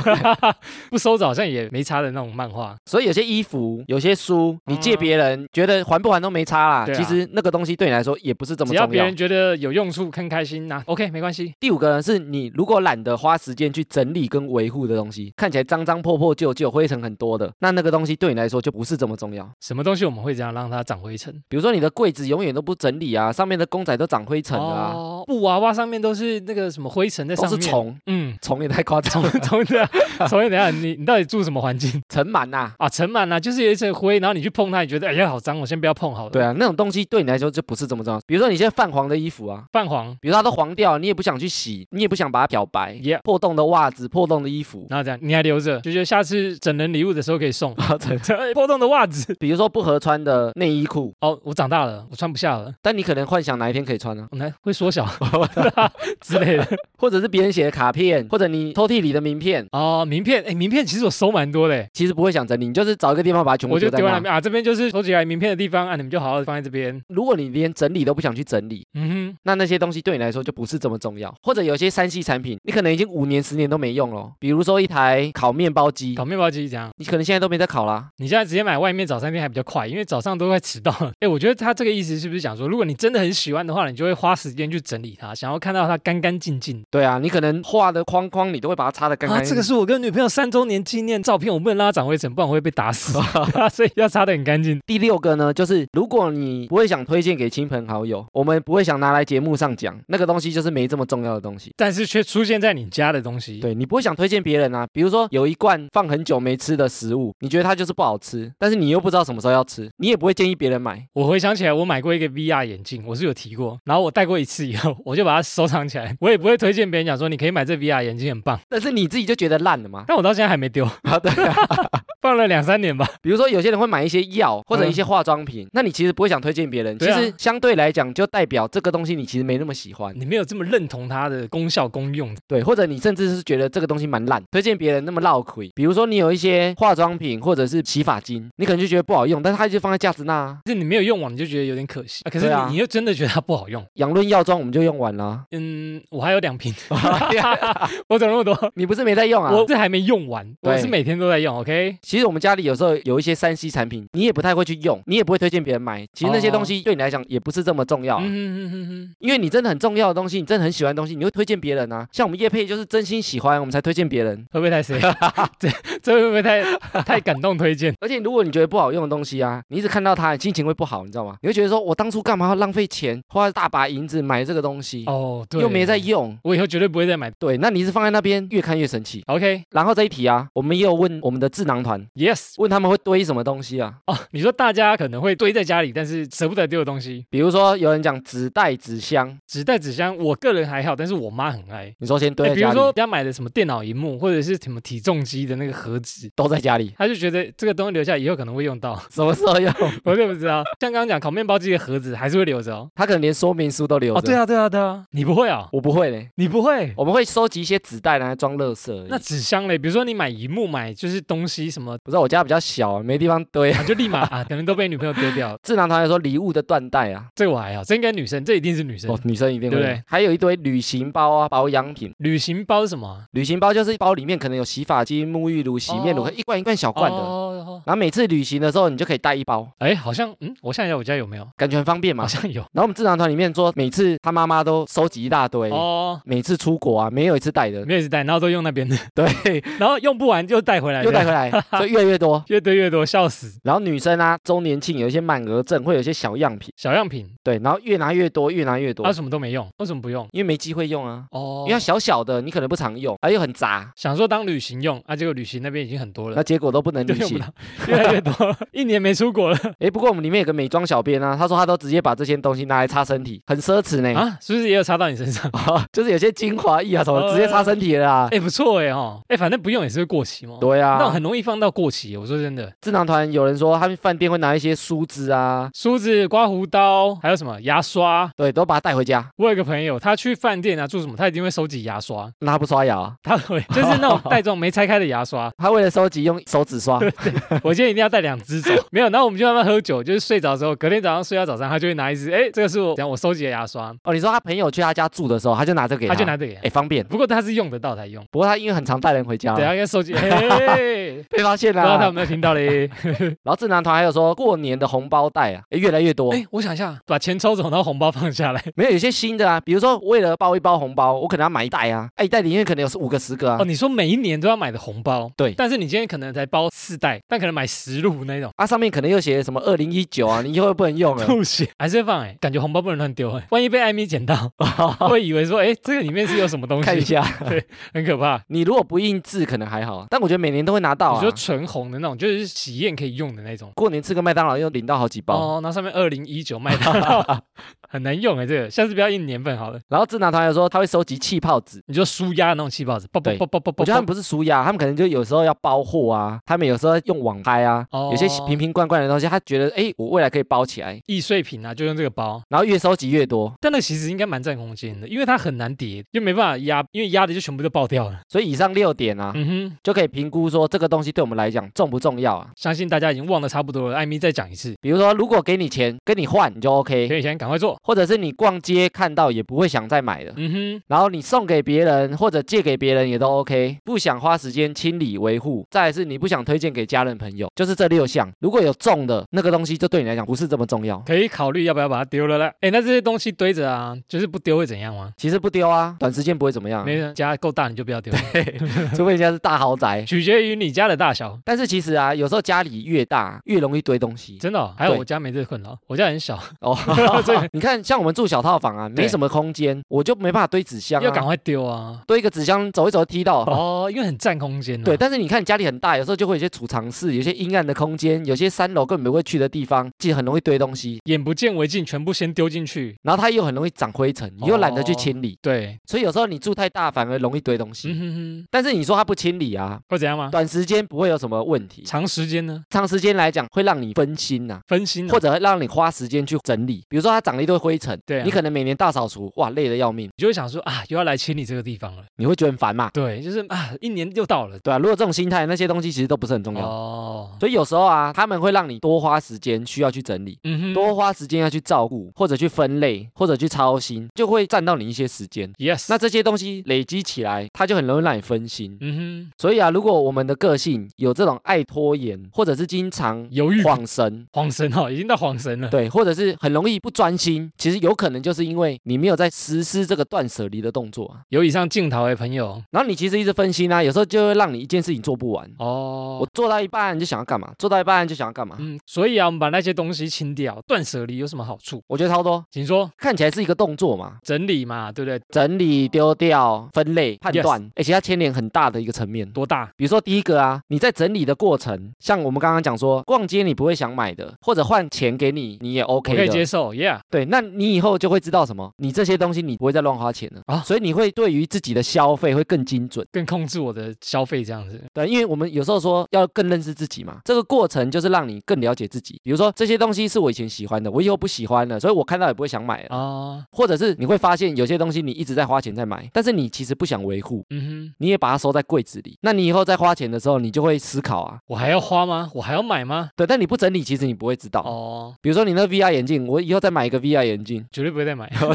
不收着好像也没差的那种漫画。
所以有些衣服、有些书，你借
嗯
别人、觉得还不还都没差啦。
对啊
其实那个东西对你来说也不是这么
只要
重
别
要
人。觉得有用处、看开心，那 OK 没关系。
第五个呢，是你如果懒得花时间去整理跟维护的东西，看起来脏脏破破旧旧、灰尘很多的，那那个东西对你来说就不是这么重要。
什么东西我们会这样让它长灰尘？
比如说你的柜子永远都不整理啊，上面的公仔都长灰尘啊，
哦，布娃娃上面都是那个什么灰尘在上
都是
面，
虫，
嗯，
虫也太夸张了，
虫的，虫的。等一下，你你到底住什么环境
尘螨呐。
啊？尘螨啊，就是有一层灰，然后你去碰它，你觉得哎呀好脏，我先不要碰好了。
对，啊，那种东西对你来说就不是这么重要。比如说你现在泛黄的衣服啊，
泛黄，
比如它都黄掉了，你也不想去洗，你也不想把它漂白。
Yeah
破洞的袜子、破洞的衣服，。
然后这样你还留着，就觉得下次整人礼物的时候可以送
然后整
哎波动的袜子
比如说不合穿的内衣裤，
哦，我长大了，我穿不下了，
但你可能幻想哪一天可以穿呢、
我们会 缩小 之类的。
或者是别人写的卡片，或者你抽屉里的名片，
哦，名片，哎，名片其实我收蛮多的，哎
其实不会想整理，你就是找一个地方把它全部
我就
丢在
丢在
那
那。边啊，这边就是收集来名片的地方啊，你们就好好的放在这边。
如果你连整理都不想去整理，
嗯
那那些东西对你来说就不是这么重要。或者有些三 C 产品，你可能已经五年、十年都没用了，哦比如说一台烤面包机
哼，，烤面包机这样，
你可能现在都没在烤啦。
你现在直接买外面早餐店还比较快，因为早上都快迟到了。 哎，我觉得他这个意思是不是讲说，如果你真的很喜欢的话，你就会花时间去整理它，想要看到它干干净净。
对啊，你可能画的框框你都会把它擦得干干
啊，
净
这
净。
个是我跟女朋友三周年纪念照片，我不能让它长灰尘，不然我会被打 死，啊所以要擦得很干净。
第六个呢，就是如果你不会想推荐给亲朋好友，我们不会想拿来节目上讲，那个东西就是没这么重要的东西。
但是却出现在你家的东西。
对你不会想推荐别人啊，比如说有一罐放很久没吃的食物，你觉得它就是不好吃，但是你又不知道什么时候要吃，你也不会建议别人买。
我回想起来，我买过一个 VR 眼镜，我是有提过，然后我戴过一次以后，我就把它收藏起来，我也不会推荐别人讲说你可以买这 VR 眼镜很棒，
但是你自己就觉得烂了嘛。
但我到现在还没丢，
啊，对啊，
放了两三年吧。
比如说有些人会买一些药或者一些化妆品，那你其实不会想推荐别人，其
嗯对啊
实相对来讲就代表这个东西你其实没那么喜欢，
你没有这么认同它的功效功用，
对，或者你甚至是觉得这个东西蛮烂，推荐别人那么绕口。比如说你有一些化妆品或者是洗发精，你可能就觉得不好用，但是它就放在架子那、啊。
就是你没有用完，你就觉得有点可惜。啊、可是你,、
对啊
你又真的觉得它不好用。、
养润药妆我们就用完了
嗯，我还有两 瓶，
啊，
我怎么那么多？
你不是没在用啊？
我这还没用完，
对
我是每天都在用。OK，
其实我们家里有时候有一些三 C 产品，你也不太会去用，你也不会推荐别人买。其实那些
哦
东西对你来讲也不是这么重要啊、
嗯哼哼哼哼，
因为你真的很重要的东西，你真的很喜欢的东西，你会推荐别人啊。像我们叶配就是真心喜欢，我们才推荐别人。
会不会太 谁？这这会不会太太感动推荐？
而且如果你觉得不好用的东西啊，你一直看到它，你心情会不好，你知道吗？你会觉得说我当初干嘛要浪费钱，花大把银子买这个东西，
哦，对，
又没在用。
我以后绝对不会再买。
对，那你是放在那边越看越生气。
OK，Yes，、
然后这一题啊，我们也有问我们的智囊团，问他们会堆什么东西啊？
哦，你说大家可能会堆在家里，但是舍不得丢的东西，
比如说有人讲纸袋、纸箱，
纸袋、纸箱，我个人还好，但是我妈很爱。
你说先堆
诶
在
比
家
如
里，
说人家买的什么电脑荧幕，或者是什么体重机的那个盒子，
都在家里，
她就觉得这个东西留下以后可能会用到，
什么 时候用？
我就不知道。像刚刚讲烤面包机的盒子还是会留着哦。
他可能连说明书都留着。哦
哦，对
啊，
啊，对啊，对啊，你不会啊、
我不会嘞，
你不会。
我们会收集一些纸袋拿来装垃圾而已。
那纸箱嘞，比如说你买荧幕买就是东西什么，
不知道我家比较小，没地方堆。
啊、就立马啊，可能都被女朋友丢掉了。
智囊团来说，礼物的缎带啊，
这个我还好，这应该女生，这一定是女生。
哦，女生一定会。
对不对
还有一堆旅行包啊，保养品。
旅行包是什么啊？
旅行包就是包里面可能有洗发精、沐浴乳、洗面乳，
哦
一罐一罐小罐的。
哦哦哦
然后每次旅行的时候，你就可以带一包，
哎，好像嗯，我想一下我家有没有，
感觉很方便嘛
好。像有
然后我们智囊团里面说，每次他妈妈都收集一大堆，
哦。
每次出国啊，没有一次带的，
没有一直带，然后都用那边的，
对，
然后用不完就带回来，
又带回来， 所以越来越多。
越堆越多，笑死。
然后女生啊，周年庆有一些满额赠，会有一些小样品，
小样品，
对，然后越拿越多，越拿越多，
他什么都没用，为什么不用？
因为没机会用啊，
啊哦
因为它小小的，你可能不常用，而又很杂，
想说当旅行用，啊，结果旅行那边已经很多了
那。结果都不 能
就
旅
用不
行
到。，越来越多，一年没出国了
哎，不过我们里面有个美妆小编啊，他说他都直接把这些东西拿来擦身体，很奢侈呢。
啊？是不是也有插到你身上？
就是有些精华液啊什么，
哦
直接擦身体了啊。
哎，不错哎哈，哎，反正不用也是会过期嘛。
对
那
啊，
很容易放到过期，我说真的，
智囊团有人说他们饭店会拿一些梳子啊，
梳子、刮胡刀，还有什么牙刷。
对，都把它带回家，
我有一个朋友，他去饭店啊住什么，他一定会收集牙刷，
那他不刷牙啊，
他 会就是那种袋装没拆开的牙刷，
他为了收集用手指刷，
我今天一定要带两只走。没有，然后我们就慢慢喝酒，就是睡着之后，隔天早上睡到早上，他就会拿一支，哎，这个是我讲我收集的牙刷，
哦，你说他朋友去他家住的时候，他就拿这个给
他就拿，这个。
哎，啊方便。
不过他是用得到才用，
不过他因为很常带人回家
对，
了，
他应该 收集。嘿
被发现
不知道他有
啦。
没有听到嘞？
然后智囊团还有说过年的红包袋啊，哎越来越多，
哎，我想一下，把钱抽走，然后红包放下来。
没有有些新的啊，比如说为了包一包红包，我可能要买一袋啊，哎一袋里面可能有五个十个啊
哦，，你说每一年都要买的红包，
对
但是你今天可能才包四袋，但可能买十路那种，
啊上面可能又写什么二零一九啊，你以后不 能用了。
不行，还是放哎、感觉红包不能乱丢哎，万一被艾米捡到，会以为说哎、这个里面是有什么东
看一
西，
下，
很可怕。
你如果不印字可能还好，啊但我觉得每年都会拿到
你
啊
说。纯红的那种，就是喜宴可以用的那种。
过年吃个麦当劳又领到好几包，
哦，那上面二零一九麦当劳很难用哎，这个下次不要印年份好了。
然后智囊团又说他会收集气泡纸，
你就舒压的那种气泡纸，爆爆
对
爆爆爆
我
爆
觉得他们
爆，
不是输压，他们可能就有时候要包货啊，他们有时候用网拍啊，
哦
有些瓶瓶罐罐的东西，他觉得哎、诶我未来可以包起来，
易碎品啊，就用这个包。
然后越收集越多，
但那其实应该蛮占空间的，因为它很难叠，又没办法压，因为压的就全部都爆掉了。
所以以上六点啊，
嗯哼。
就可以评估说这个东西对我们来讲重不重要啊。
相信大家已经忘得差不多了，艾米再讲一次，
比如说，如果给你钱跟你换，你就 OK，
可以先赶快做。
或者是你逛街看到也不会想再买的。
嗯哼，
然后你送给别人或者借给别人也都 OK，不想花时间清理维护，再来是你不想推荐给家人朋友，就是这六项。如果有中的那个东西，就对你来讲不是这么重要。
可以考虑要不要把它丢了啦。哎，那这些东西堆着啊，就是不丢会怎样吗？
其实不丢啊，短时间不会怎么样，
没人家够大你就不要丢，
除非人家是大豪宅。
取决于你家的大小。
但是其实啊，有时候家里越大越容易堆东西
真的哦、还有
对
我家没这个困扰，我家很 小，
哦
这个。
你看，像我们住小套房啊，
对
没什么空间，我就没办法堆纸箱
要赶
啊，
快丢啊。
堆一个纸箱走一走踢到。
哦，因为很占空间、啊。
对，，但是你看家里很大，有时候就会有些储藏室，有些阴暗的空间，有些三楼根本不会去的地方，其实很容易堆东西，
眼不见为净，全部先丢进去。
然后它又很容易长灰尘，你又懒
哦
得去清理，
对，
所以有时候你住太大反而容易堆东西。
嗯哼哼，
但是你说它不清理啊，
会怎样吗？
短时间不会有什么问题，
长时间呢？
长时间来讲会让你分心呐、
分心、啊
或，者会让你花时间去整理。比如说它长了一堆灰尘，
对啊
你可能每年大扫除，哇，累得要命，
你就会想说啊，又要来清理这个地方了。
你会觉得很烦嘛？
对，就是啊，一年又到了。
对啊，如果这种心态，那些东西其实都不是很重要。
哦，
所以有时候啊，他们会让你多花时间需要去整理，
嗯哼，
多花时间要去照顾，或者去分类，或者去操心，就会占到你一些时间。
yes，
那这些东西累积起来，它就很容易让你分心。
嗯
所以啊，如果我们的个性有这种爱拖延，或者是经常
哼，犹豫
晃神，
晃神哦，已经到晃神了。
对，或者是很容易不专心，其实有可能就是因为你没有在实施这个断舍离的动作啊。
有以上镜头的朋友
然后你其实一直分心啊，有时候就会让你一件事情做不完。
哦
我。做到一半就想要干嘛，做到一半就想要干嘛，
嗯，所以啊，我们把那些东西清掉，断舍离有什么好处？
我觉得超多。
请说，
看起来是一个动作嘛，
整理嘛，对不对？
整理、丢掉、分类、判
Yes
断，而且它牵连很大的一个层面。
多大？
比如说第一个啊，你在整理的过程，像我们刚刚讲说，逛街你不会想买的，或者换钱给你，你也
我可
OK
以接
的。
受，Yeah，
对，那你以后就会知道什么，你这些东西你不会再乱花钱了
啊
所以你会对于自己的消费会更精准。
更控制我的消费这样子。
对，因为我们有时候说要更认识自己嘛，这个过程就是让你更了解自己。比如说这些东西是我以前喜欢的，我以后不喜欢了，所以我看到也不会想买了。
哦，
或者是你会发现有些东西你一直在花钱在买，但是你其实不想维护，
嗯哼，
你也把它收在柜子里。那你以后在花钱的时候，你就会思考啊，
我还要花吗？我还要买吗？
对，但你不整理，其实你不会知道。
哦，
比如说你那 VR 眼镜，我以后再买一个 VR 眼镜，
绝对不会再 买，
哦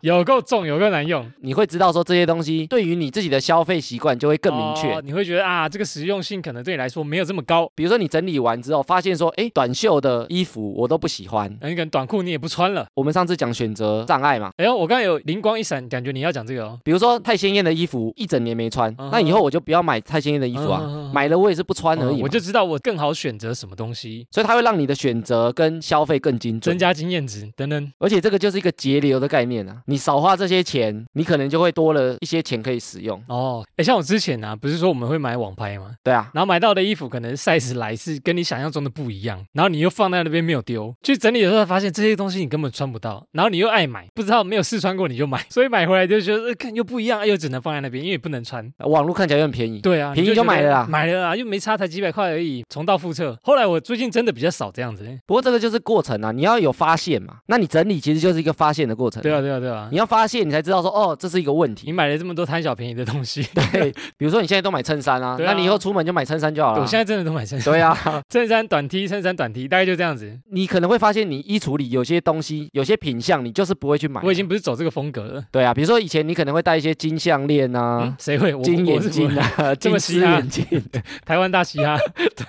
有够重，有够难用，
你会知道说这些东西对于你自己的消费习惯就会更明
哦
确。
哦你会觉得啊，这个实用性可能对你来说没有这么高高。
比如说你整理完之后，发现说，哎，短袖的衣服我都不喜欢。
那你可能短裤你也不穿了。
我们上次讲选择障碍嘛，
哎呦，我刚才有灵光一闪，感觉你要讲这个哦。
比如说太鲜艳的衣服一整年没穿，
嗯
那以后我就不要买太鲜艳的衣服啊，
嗯
买了我也是不穿而已
嗯
嘛。
我就知道我更好选择什么东西，
所以它会让你的选择跟消费更精准
增，加经验值等等。
而且这个就是一个节流的概念啊。你少花这些钱，你可能就会多了一些钱可以使用。
哦，哎，像我之前啊，不是说我们会买网拍吗？
对啊，
然后买到的衣服可能 size 来是跟你想象中的不一样，然后你又放在那边没有丢，去整理的时候发现这些东西你根本穿不到，然后你又爱买，不知道没有试穿过你就买，所以买回来就觉得、呃、看又不一样，哎又只能放在那边，因为不能穿。
网络看起来又很便宜。
对啊，
便宜
你觉
就
得
买了啦
买了啊啦，又没差才几百块而已，重蹈覆辙。后来我最近真的比较少这样子、
不过这个就是过程啊，你要有发现嘛。那你整理其实就是一个发现的过程。
对啊，对啊，对啊
你。要发现，你才知道说，哦，这是一个问题。
你买了这么多贪小便宜的东西，
对，比如说你现在都买衬衫啊，
对啊
那你以后出门就买衬衫就好了
我
啊。
现在真的都买衬衫，
对啊，
衬衫短 T，衬衫短 T，大概就这样子。
你可能会发现，你衣橱里有些东西，有些品相，你就是不会去买。
我已经不是走这个风格了，
对啊，比如说以前你可能会戴一些金项链
嗯
啊、，
谁会？我
金
我
眼
是不
镜
会
啊、
这么
金
嘻
丝
哈
眼镜。
台湾大嘻哈，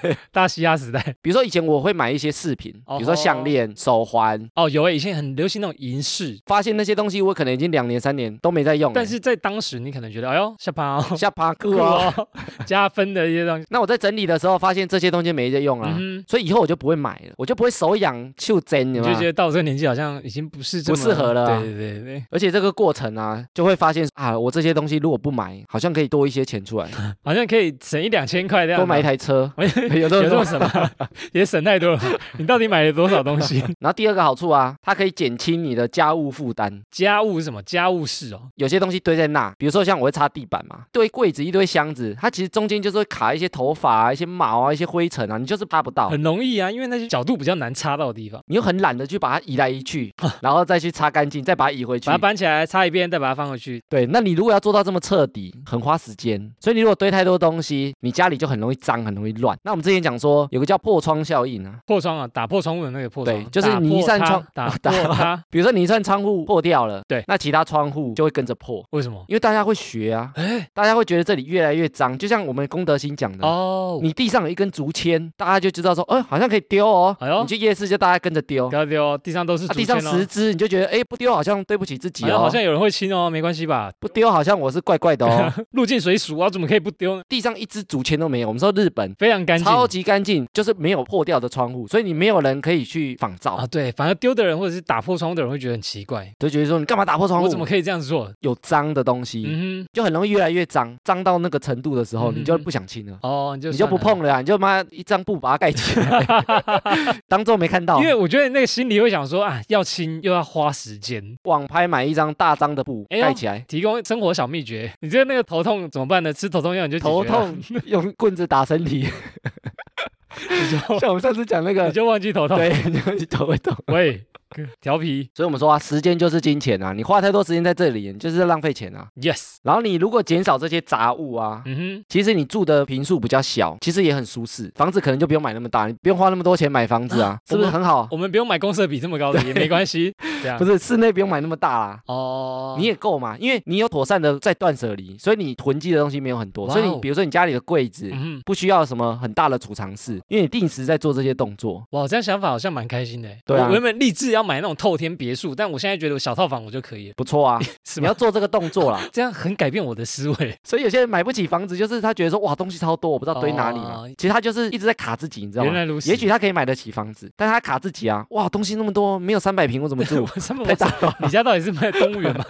对，大嘻哈时代。
比如说以前我会买一些饰品，比如说项链、手环，
哦，有诶、以前很流行那种银饰，
发现那些东西我可能已经两年、三年都没在用了，
但是在当时你可能觉得，哎呦，下巴哦，
下巴
酷
嗯酷啊。
哦，加分的一些东西。
那我在整理的时候发现这些东西没在用啊。
嗯哼，
所以以后我就不会买了，我就不会手痒袖针，
你
有
就觉
吗？
得到这个年纪好像已经不是这么
不适合了啊
对对对对，
而且这个过程啊，就会发现啊，我这些东西如果不买，好像可以多一些钱出来，
好像可以省一两千块这样吧。
多买一台车，啊 有
有
这
这
种
么。什么？ 也省太多了吧。你到底买了多少东西？
然后第二个好处啊，它可以减轻你的家务负担。
家务是什么？家务事哦。
有些东西堆在那，比如说像我会擦地板嘛，堆柜子一堆箱子，它其实中间就是会卡一些头发啊、一些毛啊、一些灰尘啊，你就是擦不到，
很容易啊，因为那些角度比较难擦到的地方，
你又很懒得去把它移来移 去，然后再去擦干净，再把它移回去
把它。搬起来擦一遍，再把它放回去。
对，那你如果要做到这么彻底，很花时间，所以你如果堆太多东西，你家里就很容易脏，很容易乱。那我们之前讲说有个叫破窗效应啊，
破窗啊，打破窗户的那个破窗，
对就是你一扇窗
打破它，打破它
比如说你一扇窗户破掉了，
对
那其他窗户就会跟着破。
为什么？
因为大家会学啊，大家会觉得这里越来越脏，就像我们功德心讲的，
哎哦，
嗯你地上有一根竹签，大家就知道说，哎，好像可以丢哦。
哎呦
你去夜市就大家跟着丢，
不
啊，
要丢哦，地上都是竹
地上
签哦
十只，你就觉得，哎，不丢好像对不起自己
好像
哦
好，像有人会亲哦，没关系吧？
不丢好像我是怪怪的哦。
入境随俗啊，怎么可以不丢呢？
地上一只竹签都没有，我们说日本。
非常干净。
超级干净，就是没有破掉的窗户，所以你没有人可以去仿造，
啊，对，反而丢的人或者是打破窗户的人会觉得很奇怪，
就觉得说你干嘛打破窗户？
我怎么可以这样子做？
有脏的东西，
嗯
就很容易越来越脏，脏到那个程度的时候，
嗯
你就不想清了，
哼，哦，你就
你就
算
不
了。
碰了啊，你就妈一张布把它盖起来， 当做没看到。
因为我觉得那个心里会想说啊，要亲又要花时间，
网拍买一张大张的布
哎呦
盖起来，
提供生活小秘诀。你觉得那个头痛怎么办呢？吃头痛药你就解决
头
了，
痛用棍子打身体，
你就
像我们上次讲那
你
个，
就忘记头痛。
对， 你就会懂。
喂，调皮
所以我们说啊，时间就是金钱啊，你花太多时间在这里，你就是在浪费钱啊。
，yes，
然后你如果减少这些杂物啊。
嗯
其实你住的平数比较小，其实也很舒适，房子可能就不用买那么大，你不用花那么多钱买房子啊，是不是很好
哼，？我们不用啊买公设比这么高的也没关 系，这样
不
是
是，室内不用买那么大啦，
哦，
你也够嘛，因为你有妥善的在断舍离，所以你囤积的东西没有很多，
哇哦
所以你比如说你家里的柜子
嗯哼，
不需要什么很大的储藏室，因为你定时在做这些动作，
哇，这样想法好像蛮开心的欸。
对啊
我原本立志要买那种透天别墅，但我现在觉得我小套房我就可以了，
不错啊，
是
你
吗
要？做这个动作啦。
这样很改变我的思 维。
所以有些人买不起房子，就是他觉得说哇东西超多，我不知道堆哪里嘛。
哦
其实他就是一直在卡自己，你知道
原
吗？
来如此，？
也许他可以买得起房子，但他卡自己啊，哇东西那么多，没有三百平我怎么住
三百
太
五
大了。
你家到底是卖动物 园吗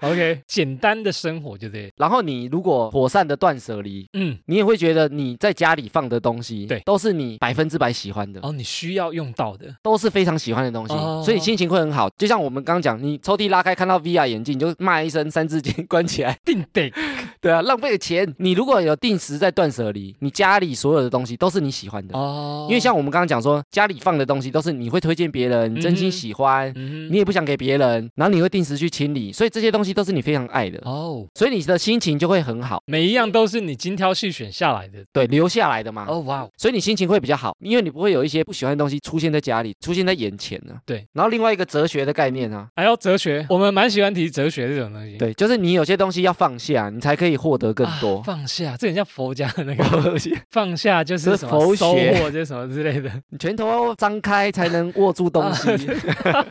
？OK，简单的生活就对。
然后你如果妥善的断舍离，
嗯，
你也会觉得你在家里放的东西，
对
都是你百分之百喜欢的，
哦，你需要用到的
都是非常喜欢的东西，
哦
所以心情会很好。就像我们刚刚讲，你抽屉拉开看到 VR 眼镜，你就骂一声三字经关起来，
定得
对啊，浪费了钱。你如果有定时在断舍离，你家里所有的东西都是你喜欢的。
哦，
因为像我们刚刚讲说，家里放的东西都是你会推荐别人，你真
嗯哼
心喜欢，
嗯
你也不想给别人，然后你会定时去清理，所以这些东西都是你非常爱的，
哦，
所以你的心情就会很好，
每一样都是你精挑细选下来的。
对，留下来的嘛。
哦哇，
所以你心情会比较好，因为你不会有一些不喜欢的东西出现在家里，出现在眼前呢、
对，
然后另外一个哲学的概念啊，
还有哲学，我们蛮喜欢提哲学这种东西。
对，就是你有些东西要放下，你才可以以获得更多。
啊放下，这很像佛家的那 个放下，就是
这是
什么
佛
收
学
获，就是什么之类的。
你拳头要张开才能握住东西，
啊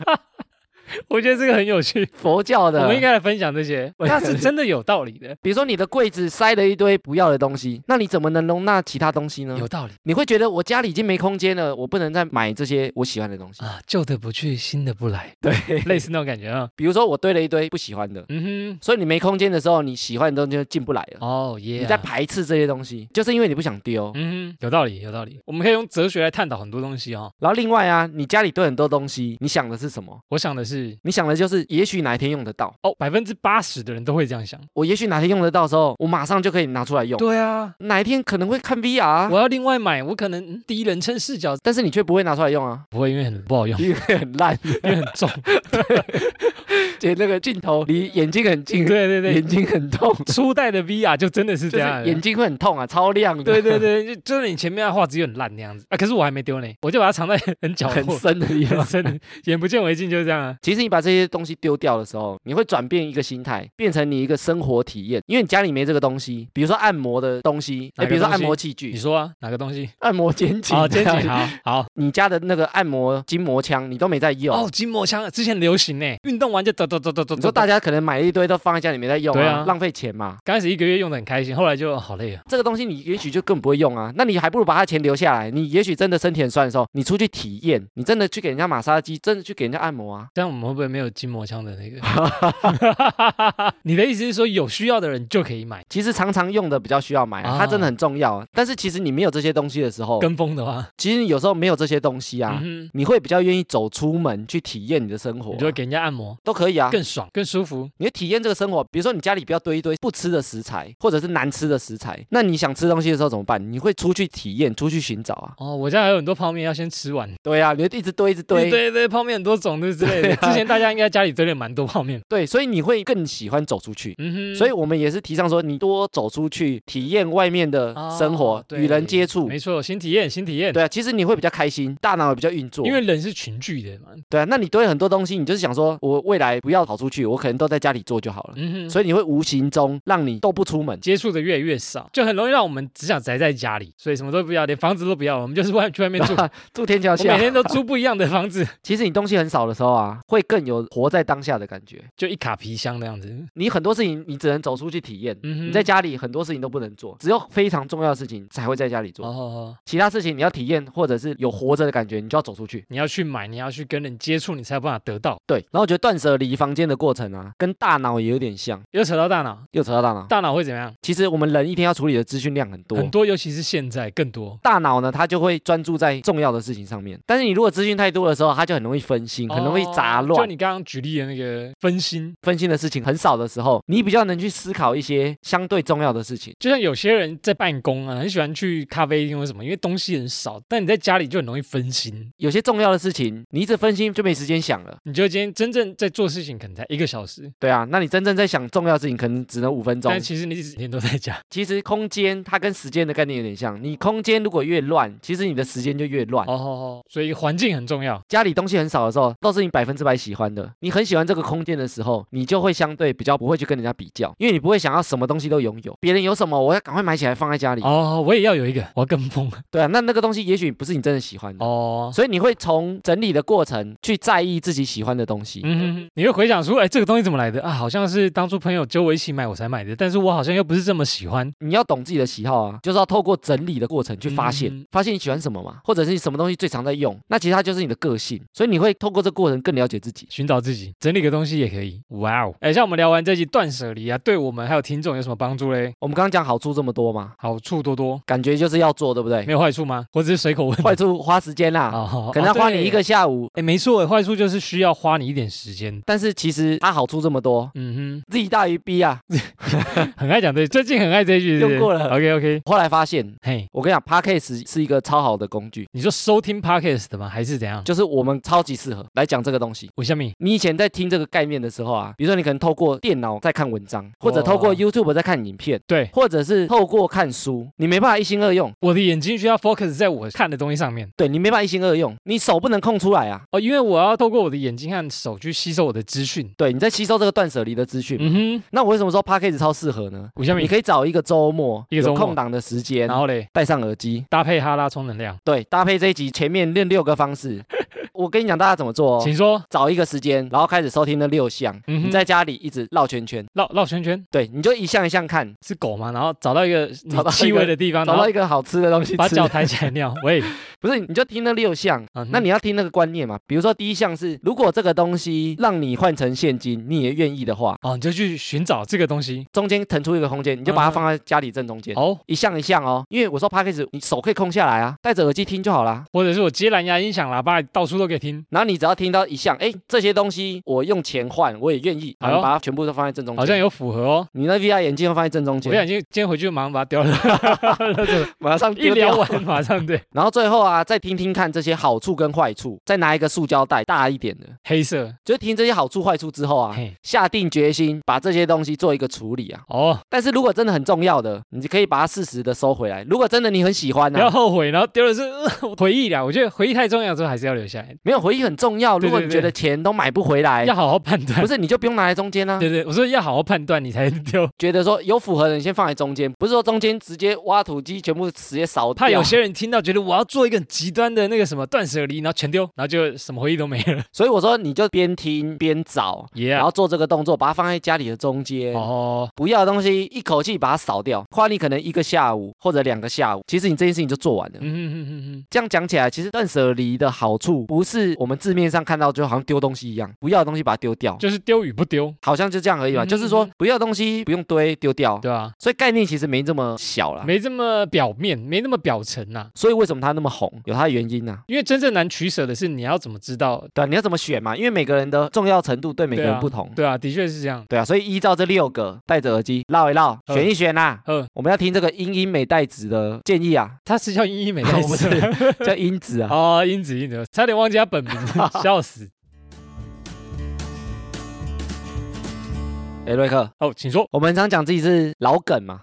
我觉得这个很有趣，
佛教
我
的。
们应该来分享这 些，
我觉得
那是真的有道理的，
比如说你的柜子塞了一堆不要的东西，那你怎么能容纳其他东西呢？
有道理
你会觉得我家里已经没空间了，我不能再买这些我喜欢的东西。
啊，旧的不去，新的不 来，
对，
类似那种感觉啊。
比如说我堆了一堆不喜欢的，
嗯
所以你没空间的时候，你喜欢的东西就进不来了。
哼，哦耶，
你在排斥这些东西，就是因为你不想丢。
嗯哼，有道理，有道理。我们可以用哲学来探讨很多东西哦。
然后另外啊，你家里堆很多东西，你想的是什么？
我想的是，
你想的就是，也许哪一天用得到。
哦，百分之八十的人都会这样想。
我也许哪天用得到的时候，我马上就可以拿出来用。
对啊，
哪一天可能会看 VR，啊、
我要另外买，我可能嗯第一人称视角
但是你却不会拿出来用 啊，
不会，因为很不好用，
因为很烂，
因为很 重。
且那个镜头离眼睛很近，
对对对
眼，睛很痛，
初代的 VR 就真的是
就
这
是
样的，
眼睛会很痛啊，超亮 的，
对对对， 就就是你前面的画质有点烂那样子啊，可是我还没丢呢，我就把它藏在很角
很
落，
深啊的地
很
方。
深，眼不见为净，就是这样啊。
其实你把这些东西丢掉的时候，你会转变一个心态，变成你一个生活体验。因为你家里没这个东西，比如说按摩的东西，
哪
哎，
个
比如说
东
按
西
摩器
你
具、
说啊，哪个东西？
按摩肩颈啊，
哦， 肩颈，好好
你家的那个按摩筋膜枪，你都没在用。
哦，筋膜枪之前流行呢，运动完就抖抖抖抖抖
你
抖
说大
抖。
家可能买了一堆都放在家里没在用
对
啊，
啊
浪费钱嘛。
刚开始一个月用的很开心，后来就哦好累啊。
这个东西你也许就根本不会用啊，那你还不如把它钱留下来。你也许真的身体很酸的时候，你出去体验，你真的去给人家马杀鸡，真的去给人家按摩啊。
这样我们会不会没有筋膜枪的那个？ 你的意思是说有需要的人就可以买，
其实常常用的比较需要买、啊，
啊
它真的很重要啊。但是其实你没有这些东西的时候，
跟风的话，
其实你有时候没有这些东西哦啊，
嗯
你会比较愿意走出门去体验你的生活、啊
哼，你就会给人家按摩，
都可以啊。
更爽更舒服。
你会体验这个生活，比如说你家里不要堆一堆不吃的食材，或者是难吃的食材，那你想吃东西的时候怎么办？你会出去体验，出去寻找啊。
哦，我家还有很多泡面要先吃完，
对啊，你会一直堆，一直堆，
对对，泡面很多种的之类
对
的。
啊
之前大家应该家里堆了蛮多泡面，
对，所以你会更喜欢走出去。
嗯哼，
所以我们也是提倡说，你多走出去体验外面的生活，
哦
与人接触
没。错，新体验，新体验。
对啊，其实你会比较开心，大脑也比较运作。
因为人是群聚的嘛，
对啊，那你堆很多东西，你就是想说，我未来不要跑出去，我可能都在家里做就好了。
嗯哼，所以
所以你会无形中让你都不出门。
接触的越来越少，就很容易让我们只想宅在家里，所以什么都不要，连房子都不要，我们就是外去外面 住，我
住天桥
每
下，
天都租不一样的房子，
其实你东西很少的时候啊，会更有活在当下的感觉。
就一卡皮箱那样子。
你很多事情你只能走出去体验。
嗯哼，
你在家里很多事情都不能做，只有非常重要的事情才会在家里
哦
做。
哦哦，
其他事情你要体验或者是有活着的感觉，你就要走出去。
你要去买，你要去跟人接触，你才有办法得到。
对，然后我觉得断舍离房间的过程啊，跟大脑也有点像，
又扯到大脑，
又扯到大脑。
大脑会怎么样？
其实我们人一天要处理的资讯量很多，
很多，尤其是现在更多。
大脑呢它就会专注在重要的事情上面，但是你如果资讯太多的时候，它就很容易分心，很容易杂
哦就
乱。
你刚刚举例的那个分心，
分心的事情很少的时候，你比较能去思考一些相对重要的事情。
就像有些人在办公啊，很喜欢去咖啡厅或什么，因为东西很少，但你在家里就很容易分心。
有些重要的事情，你一直分心就没时间想了。
你就今天真正在做事情，可能才一个小时，
对啊，那你真正在想重要的事情，可能只能五分钟
但。其实你一整天都在家。
其实空间它跟时间的概念有点像，你空间如果越乱，其实你的时间就越乱。
哦哦哦，所以环境很重要。
家里东西很少的时候，都是你百分之百喜欢的。你很喜欢这个空间的时候，你就会相对比较不会去跟人家比较，因为你不会想要什么东西都拥有，别人有什么我要赶快买起来放在家里。
哦，我也要有一个，我要跟风。
对啊，那那个东西也许不是你真的喜欢的，
哦，
所以你会从整理的过程去在意自己喜欢的东西。
嗯哼，你会回想出，哎，这个东西怎么来的啊？好像是当初朋友揪我一起买我才买的，但是我好像又不是这么喜欢。
你要懂自己的喜好啊，就是要透过整理的过程去发现，
嗯
发现你喜欢什么嘛，或者是你什么东西最常在用，那其实它就是你的个性，所以你会透过这个过程更了解自己。
寻找自己，整理个东西也可以。哇哦！哎，像我们聊完这集断舍离啊，对我们还有听众有什么帮助嘞？
我们刚刚讲好处这么多嘛，
好处多多，
感觉就是要做，对不对？
没有坏处吗？我只是随口问。
坏处花时间啦，
哦，
啊可能要花你一
哎
个下午，、
诶没错，坏处就是需要花你一点时间。
但是其实它好处这么多
嗯
，Z 大于 B 啊。
哼，很爱讲这，最近很爱这一句，是不是
用过了
OK OK，
后来发现，
嘿，
我跟你讲，Podcast 是一个超好的工具，
你说收听 podcast 的吗？还是怎样？
就是我们超级适合来讲这个东西。
我下面
你以前在听这个概念的时候啊，比如说你可能透过电脑在看文章，或者透过
哦
YouTube 在看影片，
对
或者是透过看书，你没办法一心二用，
我的眼睛需要 focus 在我看的东西上面
对你没办法一心二用，你手不能空出来啊。
哦，因为我要透过我的眼睛和手去吸收我的资讯。
对，你在吸收这个断舍离的资讯。
嗯哼，
那我为什么说 p a c k a g e 超适合呢？
五香
你
米，
可以找一个周末
嗯一个周
有
末
空档的时间
然，后嘞，
戴上耳机，
搭配哈拉充能量，
对，搭配这一集前面那六个 方式，我跟你讲大家怎么做哦。
请说
找一个时间，然后开始收听那六项，
嗯哼
你在家里一直绕圈圈，
绕绕圈圈
对，你就一项一项看，
是狗嘛，然后找到一个你
找到一个
气味的地方，
找
然
到
后
一个好吃的东西
把
吃
脚。抬起来尿。喂，
不是，你就听那六项，
嗯哼
那你要听那个观念嘛。比如说第一项是，如果这个东西让你换成现金，你也愿意的话，
哦，你就去寻找这个东西。
中间腾出一个空间，你就把它
嗯
放在家里正中间。
哦，
一项一项哦，因为我说 p a c k a g e 你手可以空下来啊，戴着耳机听就好啦。
或者是我接蓝牙音响喇叭，到处都可以听，
然后你只要听到一项，哎，这些东西我用钱换，我也愿意，
哎
然
呦
后把它全部都放在正中间。
好像有符合哦。
你那 VR 眼镜要放在正中
我不想
间，
今今天回去就马上把它丢了，
马上
一
丢
聊
掉。
完马上 对
然后最后啊，再听听看这些好处跟坏处，再拿一个塑胶袋大一点的，
黑色。
就听这些好处坏处之后啊
嘿，
下定决心把这些东西做一个处理啊。
哦，
但是如果真的很重要的，你就可以把它适时的收回来。如果真的你很喜欢
不要
呢、啊，
后悔，然后丢的是、 呃回忆啦。我觉得回忆太重要之后还是要留下来，
没有回忆很重要。
对对
如果你觉
对
得钱都买不回来
要，好好判断
哎不。是你就不用拿来中间啊。
对对，我说要好好判断，你才能丢。
觉得说有符合的，你先放在中间，不是说中间直接挖土机全部直接扫
怕
掉
有。些人听到觉得我要做一个很极端的那个什么断舍离，然后全丢，然后就什么回忆都没 了。
所以我说你就边听边找，
耶、
然后做这个动作，把它放在家里的中间。
哦，
不要的东西一口气把它扫掉，花你可能一个下午或者两个下午，其实你这件事情就做完了。
嗯哼哼哼哼，
这样讲起来，其实断舍离的好处不是我们字面上看到就好像丢东西一样，不要的东西把它丢掉，
就是丢与不丢，
好像就这样而已嘛。
嗯
就是说不要的东西不用堆丢掉，
对吧、
所以概念其实没这么小啦。
没这么表面，没那么表层呐、啊
所以为什么它那么红，有它的原因啊呐、
因为真正难取舍的是你要怎么知道？
对啊、你要怎么选嘛？因为每个人的重要程度对每个
对
人
啊
不同。
对啊，的确是这样。
对啊，所以依照这六个，戴着耳机绕一绕，
嗯
选一选啦、
嗯
我们要听这个英英美代子的建议啊，
它是叫英英美
还
代
是
子
叫英子啊。
哦，英子英子，差点忘记他本 名，笑死。
哎，瑞克，
哦，请说。
我们常讲自己是老梗嘛，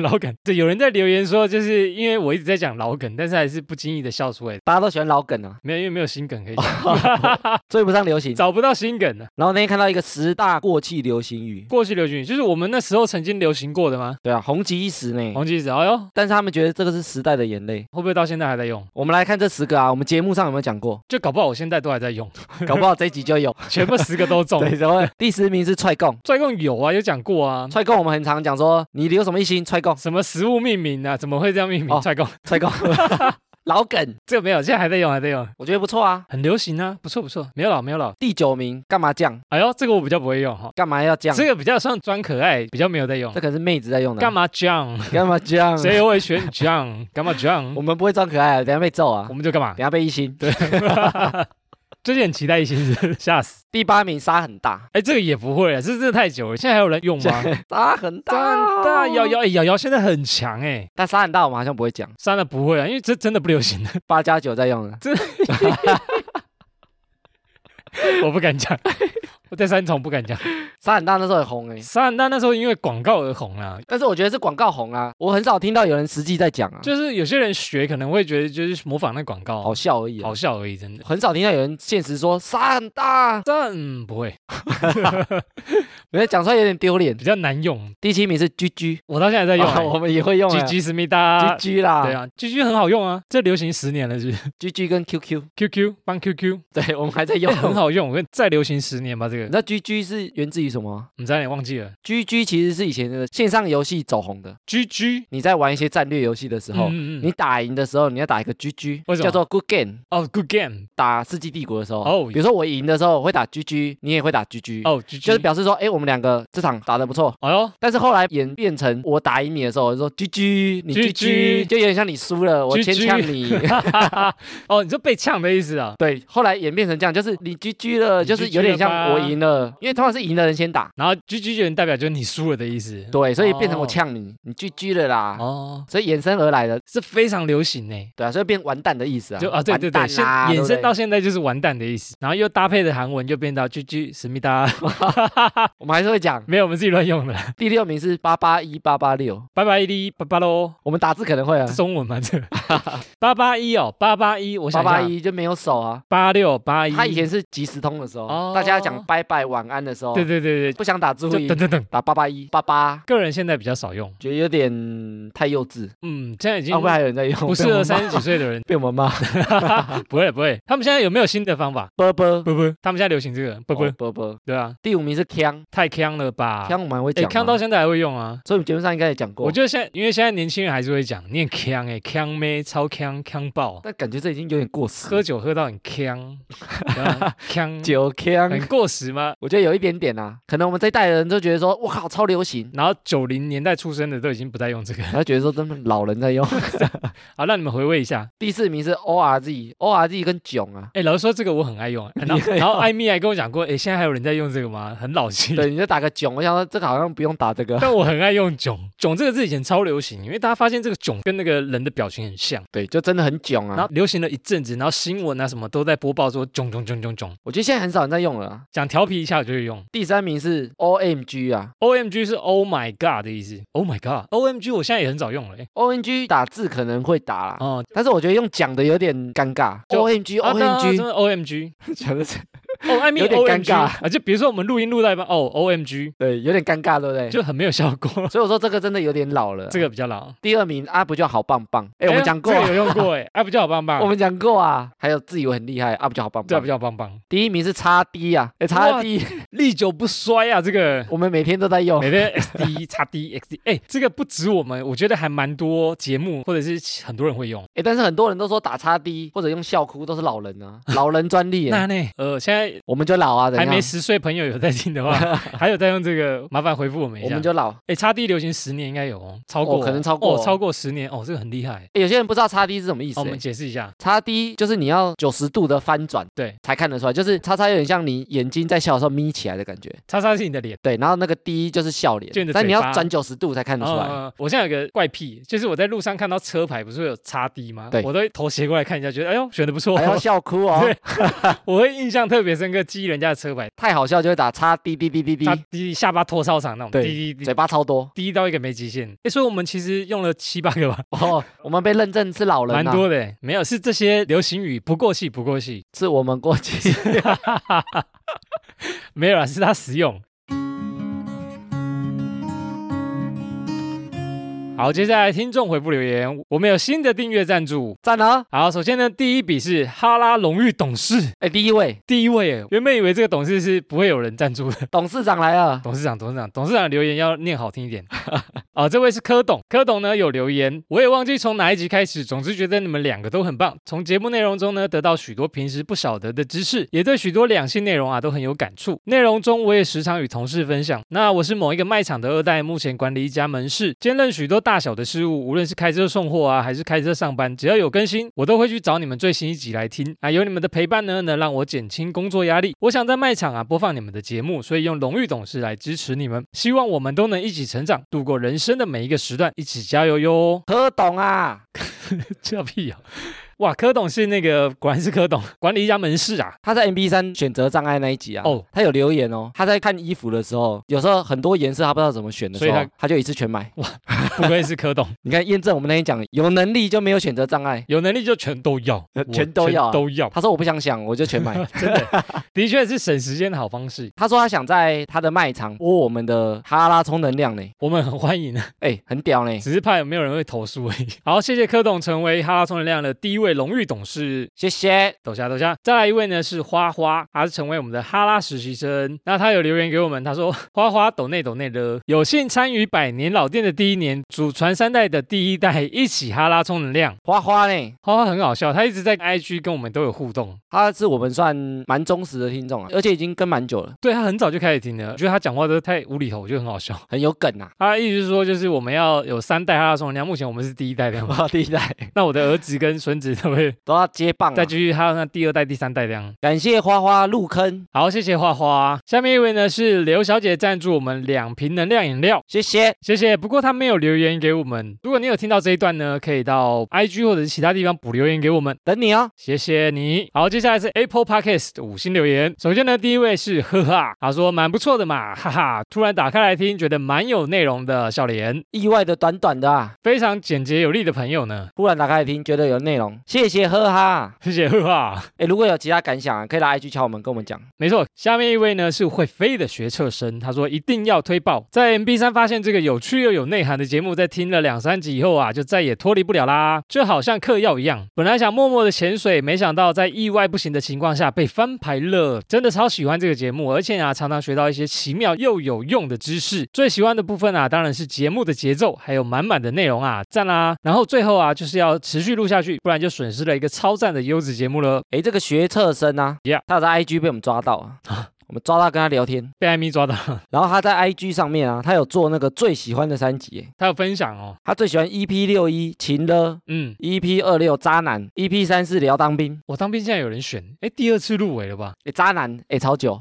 老梗，对，有人在留言说，就是因为我一直在讲老梗，但是还是不经意的笑出来，
大家都喜欢 老梗啊，
没有，因为没有新梗可以
哦
讲，
追不上流行。
找不到新梗了。啊
然后那天看到一个十大过气流行语，
过去流行语就是我们那时候曾经流行过的吗？
对啊，红极一时呢。
红旗子，哎呦，会
但是他们觉得这个是时代的眼泪。
不会到现在还在用？
我们来看这十个啊，我们节目上有没有讲过？
就搞不好我现在都还在用，
搞不好这一集就有。
全部十个都中。
对，然后第十名是踹供，
拽共有啊，有讲过啊，
踹供我们很常讲说你留什么一心，踹供，
什么食物命名啊，怎么会这样命名？
哦
拽共，
踹供， 老梗，
这个没有，现在还在用，还在用，
我觉得不错啊。
很流行啊，不错不错，没有老没有老。
第九名干嘛酱？
哎呦，这个我比较不会用哈，
干嘛要酱？
这
这
个比较算装可爱，比较没有在用
可。能是妹子在用的。
干嘛酱？
干嘛酱？
谁会 选酱？干嘛酱
我？们不会装可爱啊，等下被揍啊
我，们就干嘛
等？下被一心。
对， 最近很期待一星是吓死。
第八名沙很大，
哎，这个也不会啊，这真的太久了，现在还有人用吗？
沙很大，
长大瑶瑶，哎瑶瑶现在很强哎，
但沙很大我们好像不会讲，
删了不会啊，因为这真的不流行的，
八加九在用的。
我不敢 讲。我在三重不敢讲，
沙很大那时候很红哎、
三那那时候因为广告而红啊啦、
但是我觉得是广告红啊，我很少听到有人实际在讲啊，
就是有些人学可能会觉得就是模仿那广告
好笑而已、啊
好。笑而已，真的。
很少听到有人现实说沙很大，
但、嗯、不会，
有人讲出来有点丢脸。
比较难用。
第七名是居居，
我到现在还在用、
哦我们也会用
欸，
啊
狙，击思密达，
居居啦，
对啊，狙狙很好用啊，这流行十年了是不是
居居跟 QQ，
？QQ 帮 QQ
对我们还在
也
用，
很。好用，我跟再流行十年吧，这
你
个
知道居居是源自于什么吗？
我们差点忘记了。
居居其实是以前的线上游戏走红的。
GG，
你在玩一些战略游戏的时候，
嗯嗯
你打赢的时候，你要打一个 GG，
为什么
叫做 Good Game。
哦，Good Game，
打世纪帝国的时候，
哦
比如说我赢的时候我会打 GG，你也会打 GG，、
哦，GG，
就是表示说，哎，我们两个这场打得不错。
哎呦，
但是后来演变成我打赢你的时候，我就说 GG，你
GG
GG，就有点像你输了，我
GG
先呛 你。
哦，你说被呛的意思啊？
对，后来演变成这样，就是你 GG 了，
你
就是有点
GG 了吧
像我赢了，因为通常是赢的人先打，
然后 GG 就能代表就是你输了的意思。
对，啊所以变成
哦
我呛你，你 GG 了啦，
哦，
所以衍生而来的，
这非常流行呢。
对啊，所以变完蛋的意思啊，
就啊，对对对，
完
现
蛋啦，对
衍
不对
生到现在就是完蛋的意思，然后又搭配的韩文就变到 GG 思密达，
我们还是会讲，
没有我们自己乱用的啦，
第六名是八八一八八六，
拜拜哩，拜拜喽，
我们打字可能会啊
这，中文嘛这 个八八一哦，八八一，我
八
想
八
一下，
一就没有手啊。
八六八一，
他以前是即时通的时候，
哦
大家讲拜拜拜、晚安的时候，
对对对
不想打智
对，
慧
就
音
等，等等。
打八八一八八，
个人现在比较少用，
觉得有点太幼稚。啊
嗯，现在已经
后面还有人在用，
不适
被我
合
们
三十
骂。
几岁的人
被我们骂，
不会不会，他们现在有没有新的方法？
啵啵
不不，他们现在流行这个不不
哦，啵啵。
对啊，
第五名是 Kang，
太坑了吧？
Kang 我们还会
哎，
讲
坑
吗
到，现在还会用啊。
所以我们节目上应该也讲过。
我觉得现在，因为现在年轻人还是会讲，念坑哎，坑妹超坑坑 爆，啊
但感觉这已经有点过时。
喝嗯酒喝到很 坑，对啊坑
酒 Kang，
很过时吗？
我觉得有一点点啊，可能我们这一代人都觉得说，我靠，超流行，
然后九零年代出生的都已经不再用这个。
然后觉得说，真的老人在用。
好，让你们回味一下。
第四名是 ORZ，ORZ 跟囧啊，
哎，老实说，这个我很爱用。然
你
后，
会
然后艾米还跟我讲过，哎，现在还有人在用这个吗？ 很老气。
对，你就打个囧，我想说这个好像不用打这个，
但我很爱用“囧”，“囧”这个字以前超流行，因为大家发现这个“囧”跟那个人的表情很像，
对，就真的很囧
然
啊
后。流行了一阵子，然后新闻啊什么都在播报说“囧囧囧囧囧
我觉得现在很少人在用了啊”，。
想调皮一下我就会用。
第三名是 OMG 啊
O M G 是 Oh my God 的意思，Oh my God，O M G 我现在也很少用了、欸。
，OMG 打字可能会打啦，
哦、
但是我觉得用讲的有点尴尬。
就
OMG
啊，当然
OMG，
真的 O M G，
讲的是
哦，艾米
有点
O M
尴
G
尬
啊，就比如说我们录音录到一半，哦，O M G
对，有点尴尬，对不 对？
就很没有效果，
所以我说这个真的有点老了。
这个比较老。
第二名啊，不就好棒棒？哎，我们讲过
这
啊
个，有用过哎、啊，不叫好棒 棒，
我们讲过啊，还有自以为很厉害啊，不就好棒
对啊，不
棒？
叫好棒棒，
第一名是叉 D 啊，哎，叉
哇
D
历久不衰啊，这个。
我们每天都在用，
每天 XD 叉 D XD，哎、这个不止我们，我觉得还蛮多节目或者是很多人会用。
哎，但是很多人都说打叉 D 或者用笑哭都是老人 啊，老人专利耶，
那呢？呃，现在
我们就老啊，怎
还没
样？
十岁朋友有在听的 话，还有在用这个，麻烦回复我们一
我
下
们。就老。
哎，叉 D 流行十年应该有哦，超过、
哦可能超过哦
哦，超过十年哦，这个很厉害。
哎有些人不知道叉 D 是什么意思
哦好，我
耶
们，解释一下，
叉 D 就是你要九十度的翻转，
对，
才看得出来，就是叉叉有点像你眼睛在笑的时候眯起来的感觉，
叉叉是你的脸。
对，然后那个 D 就是笑脸
就你的，
但你
嘴
要
巴
转九十度才看得出来。
呃，我现在有个怪癖，就是我在路上看到车牌不是会有叉 D 吗？
对
我都会头斜过来看一下，觉得哎呦选的不错
还 要
哦，
笑哭哦，
对我会印象特别深刻，记忆人家的车牌，
太好笑就会打叉 D D D D
他
D，
滴下巴拖操场那种，
对
滴滴滴
嘴巴超多
低到一个没极限。诶，所以我们其实用了七八个吧，
哦。我们被认证是老人
蛮
啊，
多的诶。没有，是这些流行语不过气，不过气，
是我们过去。
没有啦，是它实用。好，接下来听众回复留言，我们有新的订阅赞助。
赞啊！
好，首先呢，第一笔是哈拉荣誉董事，
哎，第一位
第一位耶。原本以为这个董事是不会有人赞助的，
董事长来了，
董事长，董事长，董事长的留言要念好听一点。 啊、这位是柯董，柯董呢有留言，我也忘记从哪一集开始，总之觉得你们两个都很棒。从节目内容中呢得到许多平时不晓得的知识，也对许多两性内容啊都很有感触。内容中我也时常与同事分享。那我是某一个卖场的二代，目前管理一家门市，兼任许多大小的事务，无论是开车送货啊，还是开车上班，只要有更新，我都会去找你们最新一集来听。啊，有你们的陪伴呢，能让我减轻工作压力。我想在卖场啊播放你们的节目，所以用荣誉董事来支持你们。希望我们都能一起成长，度过人生的每一个时段，一起加油 哟！
柯董啊，
叫屁啊！哇，柯董是那个，果然是柯董，管理一家门市 啊。
他在 M B 三选择障碍那一集啊，哦
哦，
他有留言哦，他在看衣服的时候，有时候很多颜色他不知道怎么选的时
所
候
以他，
他就一次全买。
不愧是柯董，
你看，验证我们那天讲，有能力就没有选择障碍。
有能力就全都要
呃，
我
全都要
全
啊
都要。
他说我不想想，我就全 买。
真的，的确是省时间的好方式。
他说他想在他的卖场播我们的哈拉充能量呢，
我们很欢迎，
哎，很屌呢。
只是怕有没有人会投诉而已。 好，谢谢柯董成为哈拉充能量的第一位荣誉董事。
谢谢，
抖下抖下，再来一位呢是花花，她是成为我们的哈拉实习生。那她有留言给我们，她说花花抖内抖内的，有幸参与百年老店的第一年，祖传三代的第一代一起哈拉充能量。
花花呢，
花花很好笑，她一直在 IG 跟我们都有互动，
他是我们算蛮忠实的听众啊，而且已经跟蛮久了，
对她很早就开始听了，我觉得她讲话都太无厘头，我觉得很好笑。
很有梗啊。
她的意思是说，就是我们要有三代哈拉充能量，目前我们是第一代这样
我第一代
那我的儿子跟孙子都会
都要接棒、啊
再，继续哈拉那第二代、第三代这样。
感谢花花入坑，
好，谢谢花花。下面一位呢是刘小姐赞助我们两瓶能量饮料。
谢谢。
谢谢。不过他没有留言给我们。如果你有听到这一段呢，可以到 IG 或者是其他地方补留言给我们。
等你哦，
谢谢你。好，接下来是 Apple Podcast 的五星留言。首先呢，第一位是呵哈，他说蛮不错的嘛， 哈哈。突然打开来听，觉得蛮有内容的，笑脸。
意外的短短的啊，
非常简洁有力的朋友呢，
忽然打开来听，觉得有内容，谢谢呵哈。
谢谢呵啊哈。
哎，如果有其他感想啊，可以来 IG 敲我们，跟我们讲。
没错，下面一位呢是会飞的学测生，他说一定要推爆。在 MB 三发现这个有趣又有内涵的节目，在听了两三集以后啊，就再也脱离不了啦，就好像嗑药一样。本来想默默的潜水，没想到在意外不行的情况下被翻牌了，真的超喜欢这个节目，而且啊，常常学到一些奇妙又有用的知识。最喜欢的部分啊，当然是节目的节奏，还有满满的内容啊，赞啦！然后最后啊，就是要持续录下去，不然就损失了一个超赞的优质节目了，
哎，这个学测生啊
Yeah
他有在 IG 被我们抓到啊，我们抓到跟他聊天，
被艾米抓到，
然后他在 IG 上面啊，他有做那个最喜欢的三集，哎
他有分享哦，
他最喜欢 EP 六一情了
嗯。
EP 二六渣男，EP 三四聊当兵，
我当兵现在有人选，哎，第二次入围了吧？
哎，渣男，哎，超久，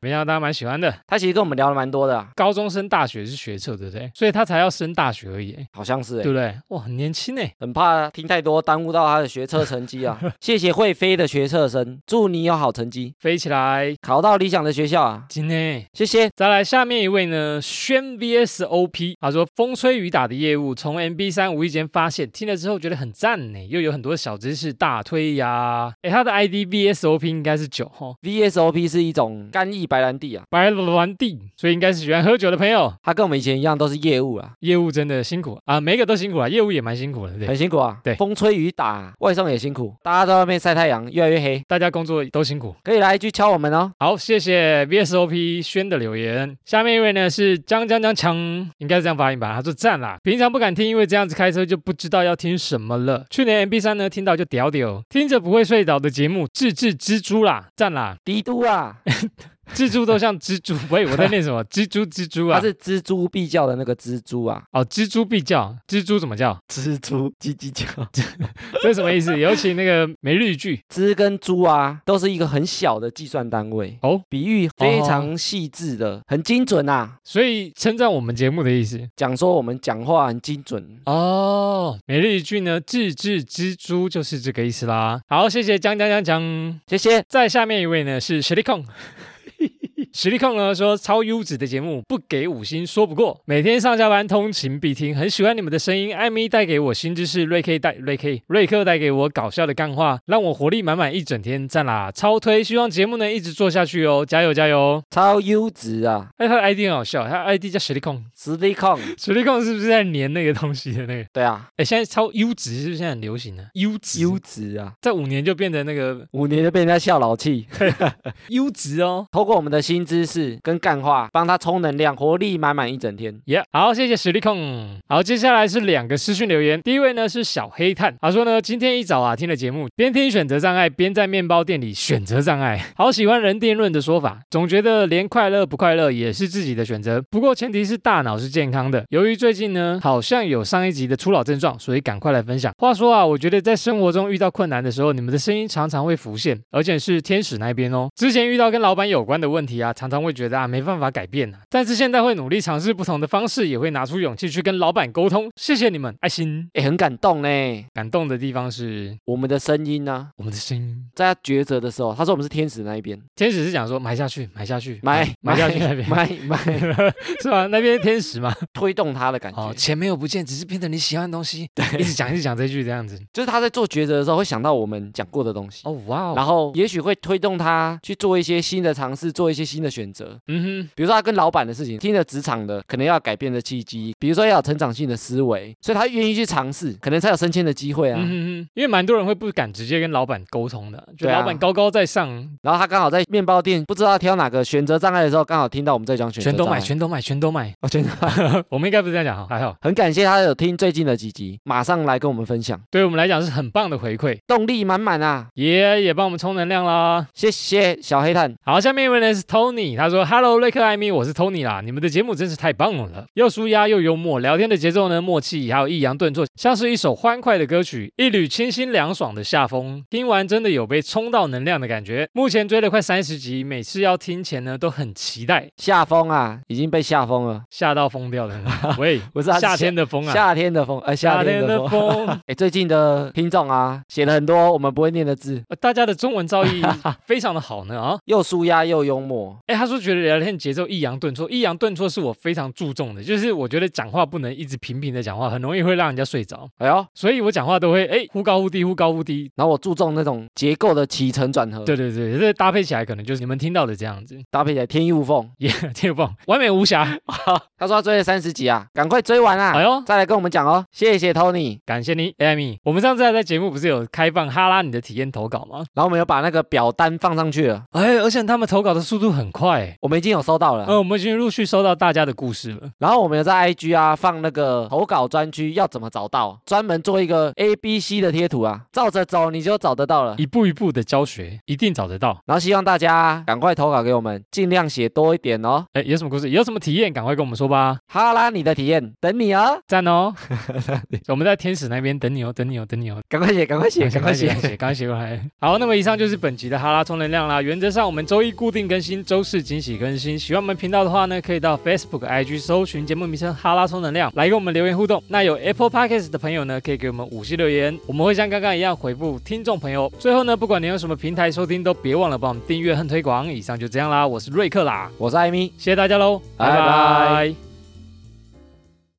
没想到大家蛮喜欢的。
他其实跟我们聊了蛮多的啊，
高中升大学是学测，对不对？所以他才要升大学而已，诶
好像是哎
对。不对？哇，很年轻哎，
很怕听太多耽误到他的学测成 绩啊！谢谢会飞的学测生，祝你有好成绩，
飞起来，
考到理想的学校啊！
今天。
谢谢。
再来下面一位呢，轩 VS OP，他说风吹雨打的业务，从 MB 三无意间发现，听了之后觉得很赞呢，又有很多小知识大推呀。哎，他的 ID VS OP 应该是九哈，
VSOP 是一种干邑白兰地啊，
白兰地，所以应该是喜欢喝酒的朋友。
它跟我们以前一样都是业务啊，
业务真的辛苦啊，每个都辛苦啊，业务也蛮辛苦的，对不对
很。辛苦啊。
对
风吹雨打，外送也辛苦，大家都在外面晒太阳，越来越黑。
大家工作都辛苦，
可以来一句敲我们哦。
好，谢谢 VSOP 轩的留言。下面一位呢是江江江强，应该是这样发音吧？他说赞啦，平常不敢听，因为这样子开车就不知道要听什么了。去年 MB 三呢听到就屌屌，听着不会睡着的节目，治治蜘蛛啦，赞啦，
帝都啊，
蜘蛛都像蜘蛛，喂，我在念什么？蜘蛛蜘蛛啊
它。是蜘蛛必叫的那个蜘蛛啊，
哦，蜘蛛必叫，蜘蛛怎么叫？
蜘蛛叽叽叫。
这是什么意思？尤 其那个每日一句，
蜘跟蛛啊，都是一个很小的计算单位
哦
比喻非常细致的，很精准啊。
所以称赞我们节目的意思。
讲说我们讲话很精准，
哦，每日一句呢，自制蜘蛛就是这个意思啦。好，谢谢江江江江。
谢谢。
再下面一位呢是实力控。实力控呢说超优质的节目不给五星说不过，每天上下班通勤必听，很喜欢你们的声音。艾米带给我新知识，瑞 K 带瑞 K 瑞克带给我搞笑的干话，让我活力满满一整天，赞啦！超推，希望节目能一直做下去哦，加油加油！
超优质啊，
哎，他的 ID 很好笑，他的 ID 叫实力控，
实力控。
实力控是不是在粘那个东西的那个？
对啊，
哎，现在超优质是不是现在很流行呢、优质
优质啊，
在五年就变成那个
五年就被人家笑老气。
优质哦。
透过我们的新知识跟干话，帮他充能量，活力满满一整天。
耶、好，谢谢实力控。好，接下来是两个私讯留言。第一位呢是小黑炭，他说呢，今天一早啊听了节目，边听选择障碍，边在面包店里选择障碍，好喜欢人定论的说法，总觉得连快乐不快乐也是自己的选择，不过前提是大脑是健康的。由于最近呢好像有上一集的初老症状，所以赶快来分享。话说啊，我觉得在生活中遇到困难的时候，你们的声音常常会浮现，而且是天使那边哦。之前遇到跟老板有关的问题啊，常常会觉得啊没办法改变啊，但是现在会努力尝试不同的方式，也会拿出勇气去跟老板沟通。谢谢你们，爱心。
哎，很感动呢。
感动的地方是
我们的声音呢、
我们的声音。
在他抉择的时候，他说我们是天使那一边，
天使是讲说买下去，买下去，
买
买下去那边，
买买，
是吧？那边是天 使嘛。
推动他的感觉。
哦，钱没有不见，只是变成你喜欢的东西。对，一直讲一直讲这句这样子。
就是他在做抉择的时候会想到我们讲过的东西。
哦，哇哦，
然后也许会推动他去做一些新的尝试，做一些新的选择。
嗯
比如说他跟老板的事情，听了职场的，可能要改变的契机，比如说要有成长性的思维，所以他愿意去尝试，可能才有升迁的机会
哼，
啊。
嗯哼哼，因为蛮多人会不敢直接跟老板沟通的，就
对啊
老板高高在上，
然后他刚好在面包店不知道挑哪个选择障碍的时候，刚好听到我们在讲选择
全都
障
买，
碍，
全都买，全都买。
哦全都 买
我们应该不是这样讲哈，还好，
很感谢他有听最近的几集，马上来跟我们分享，
对我们来讲是很棒的回馈，
动力满满啊！
也也帮我们充能量啦。
谢谢小黑炭，
好，下面一位呢是 Tony，他说：“Hello，瑞克、艾米，我是 Tony 啦。你们的节目真是太棒了，又舒压又幽默，聊天的节奏呢默契，还有抑扬顿挫，像是一首欢快的歌曲，一缕清新凉爽的夏风。听完真的有被冲到能量的感觉。目前追了快三十集，每次要听前呢都很期待，
夏风啊，已经被吓疯了，
吓到疯掉的。 喂，
不是、啊、是
夏天的风啊，
夏天的风，呃，夏天的风。
风。”
哎，最近的听众啊，写了很多我们不会念的字，
呃大家的中文造诣非常的好呢啊！
又舒压又幽默，哦，
哎，他说觉得聊天节奏抑扬顿挫，抑扬顿挫是我非常注重的，就是我觉得讲话不能一直平平的讲话，很容易会让人家睡着，
哎呦，
所以我讲话都会哎忽高忽低，忽高忽低。
然后我注重那种结构的起承转合，
对对对，这搭配起来可能就是你们听到的这样子，
搭配起来天衣无缝。
也挺棒，完美无瑕。
他说他追了三十集啊，赶快追完啊，
哎呦，
再来跟我们讲哦，谢谢 Tony。
感谢你，Amy。我们上次还在节目不是有开放哈拉你的体验投稿吗？
然后我们有把那个表单放上去了，
哎，而且他们投稿的速度很快哎。
我们已经有收到了。
嗯，我们已经陆续收到大家的故事了。
然后我们有在 IG 啊放那个投稿专区，要怎么找到？专门做一个 A B C 的贴图啊，照着走你就找得到了。
一步一步的教学，一定找得到。
然后希望大家赶快投稿给我们，尽量写多一点哦。
哎，有什么故事，有什么体验，赶快跟我们说吧，
哈拉你的体验，等你哦，
赞哦！我们在天使那边等你哦，等你哦，等你哦。
赶快写，赶快写，哎赶快写。
写，赶快写过来。好，那么以上就是本集的哈拉充能量啦。原则上我们周一固定更新，周四惊喜更新。喜欢我们频道的话呢，可以到 Facebook、IG 搜寻节目名称“哈拉充能量”来跟我们留言互动。那有 Apple Podcast 的朋友呢，可以给我们五星留言，我们会像刚刚一样回复听众朋友。最后呢，不管你用什么平台收听，都别忘了帮我们订阅和推广。以上就这样啦，我是瑞克啦，
我是艾米。
谢谢大家喽，
拜
拜
拜
拜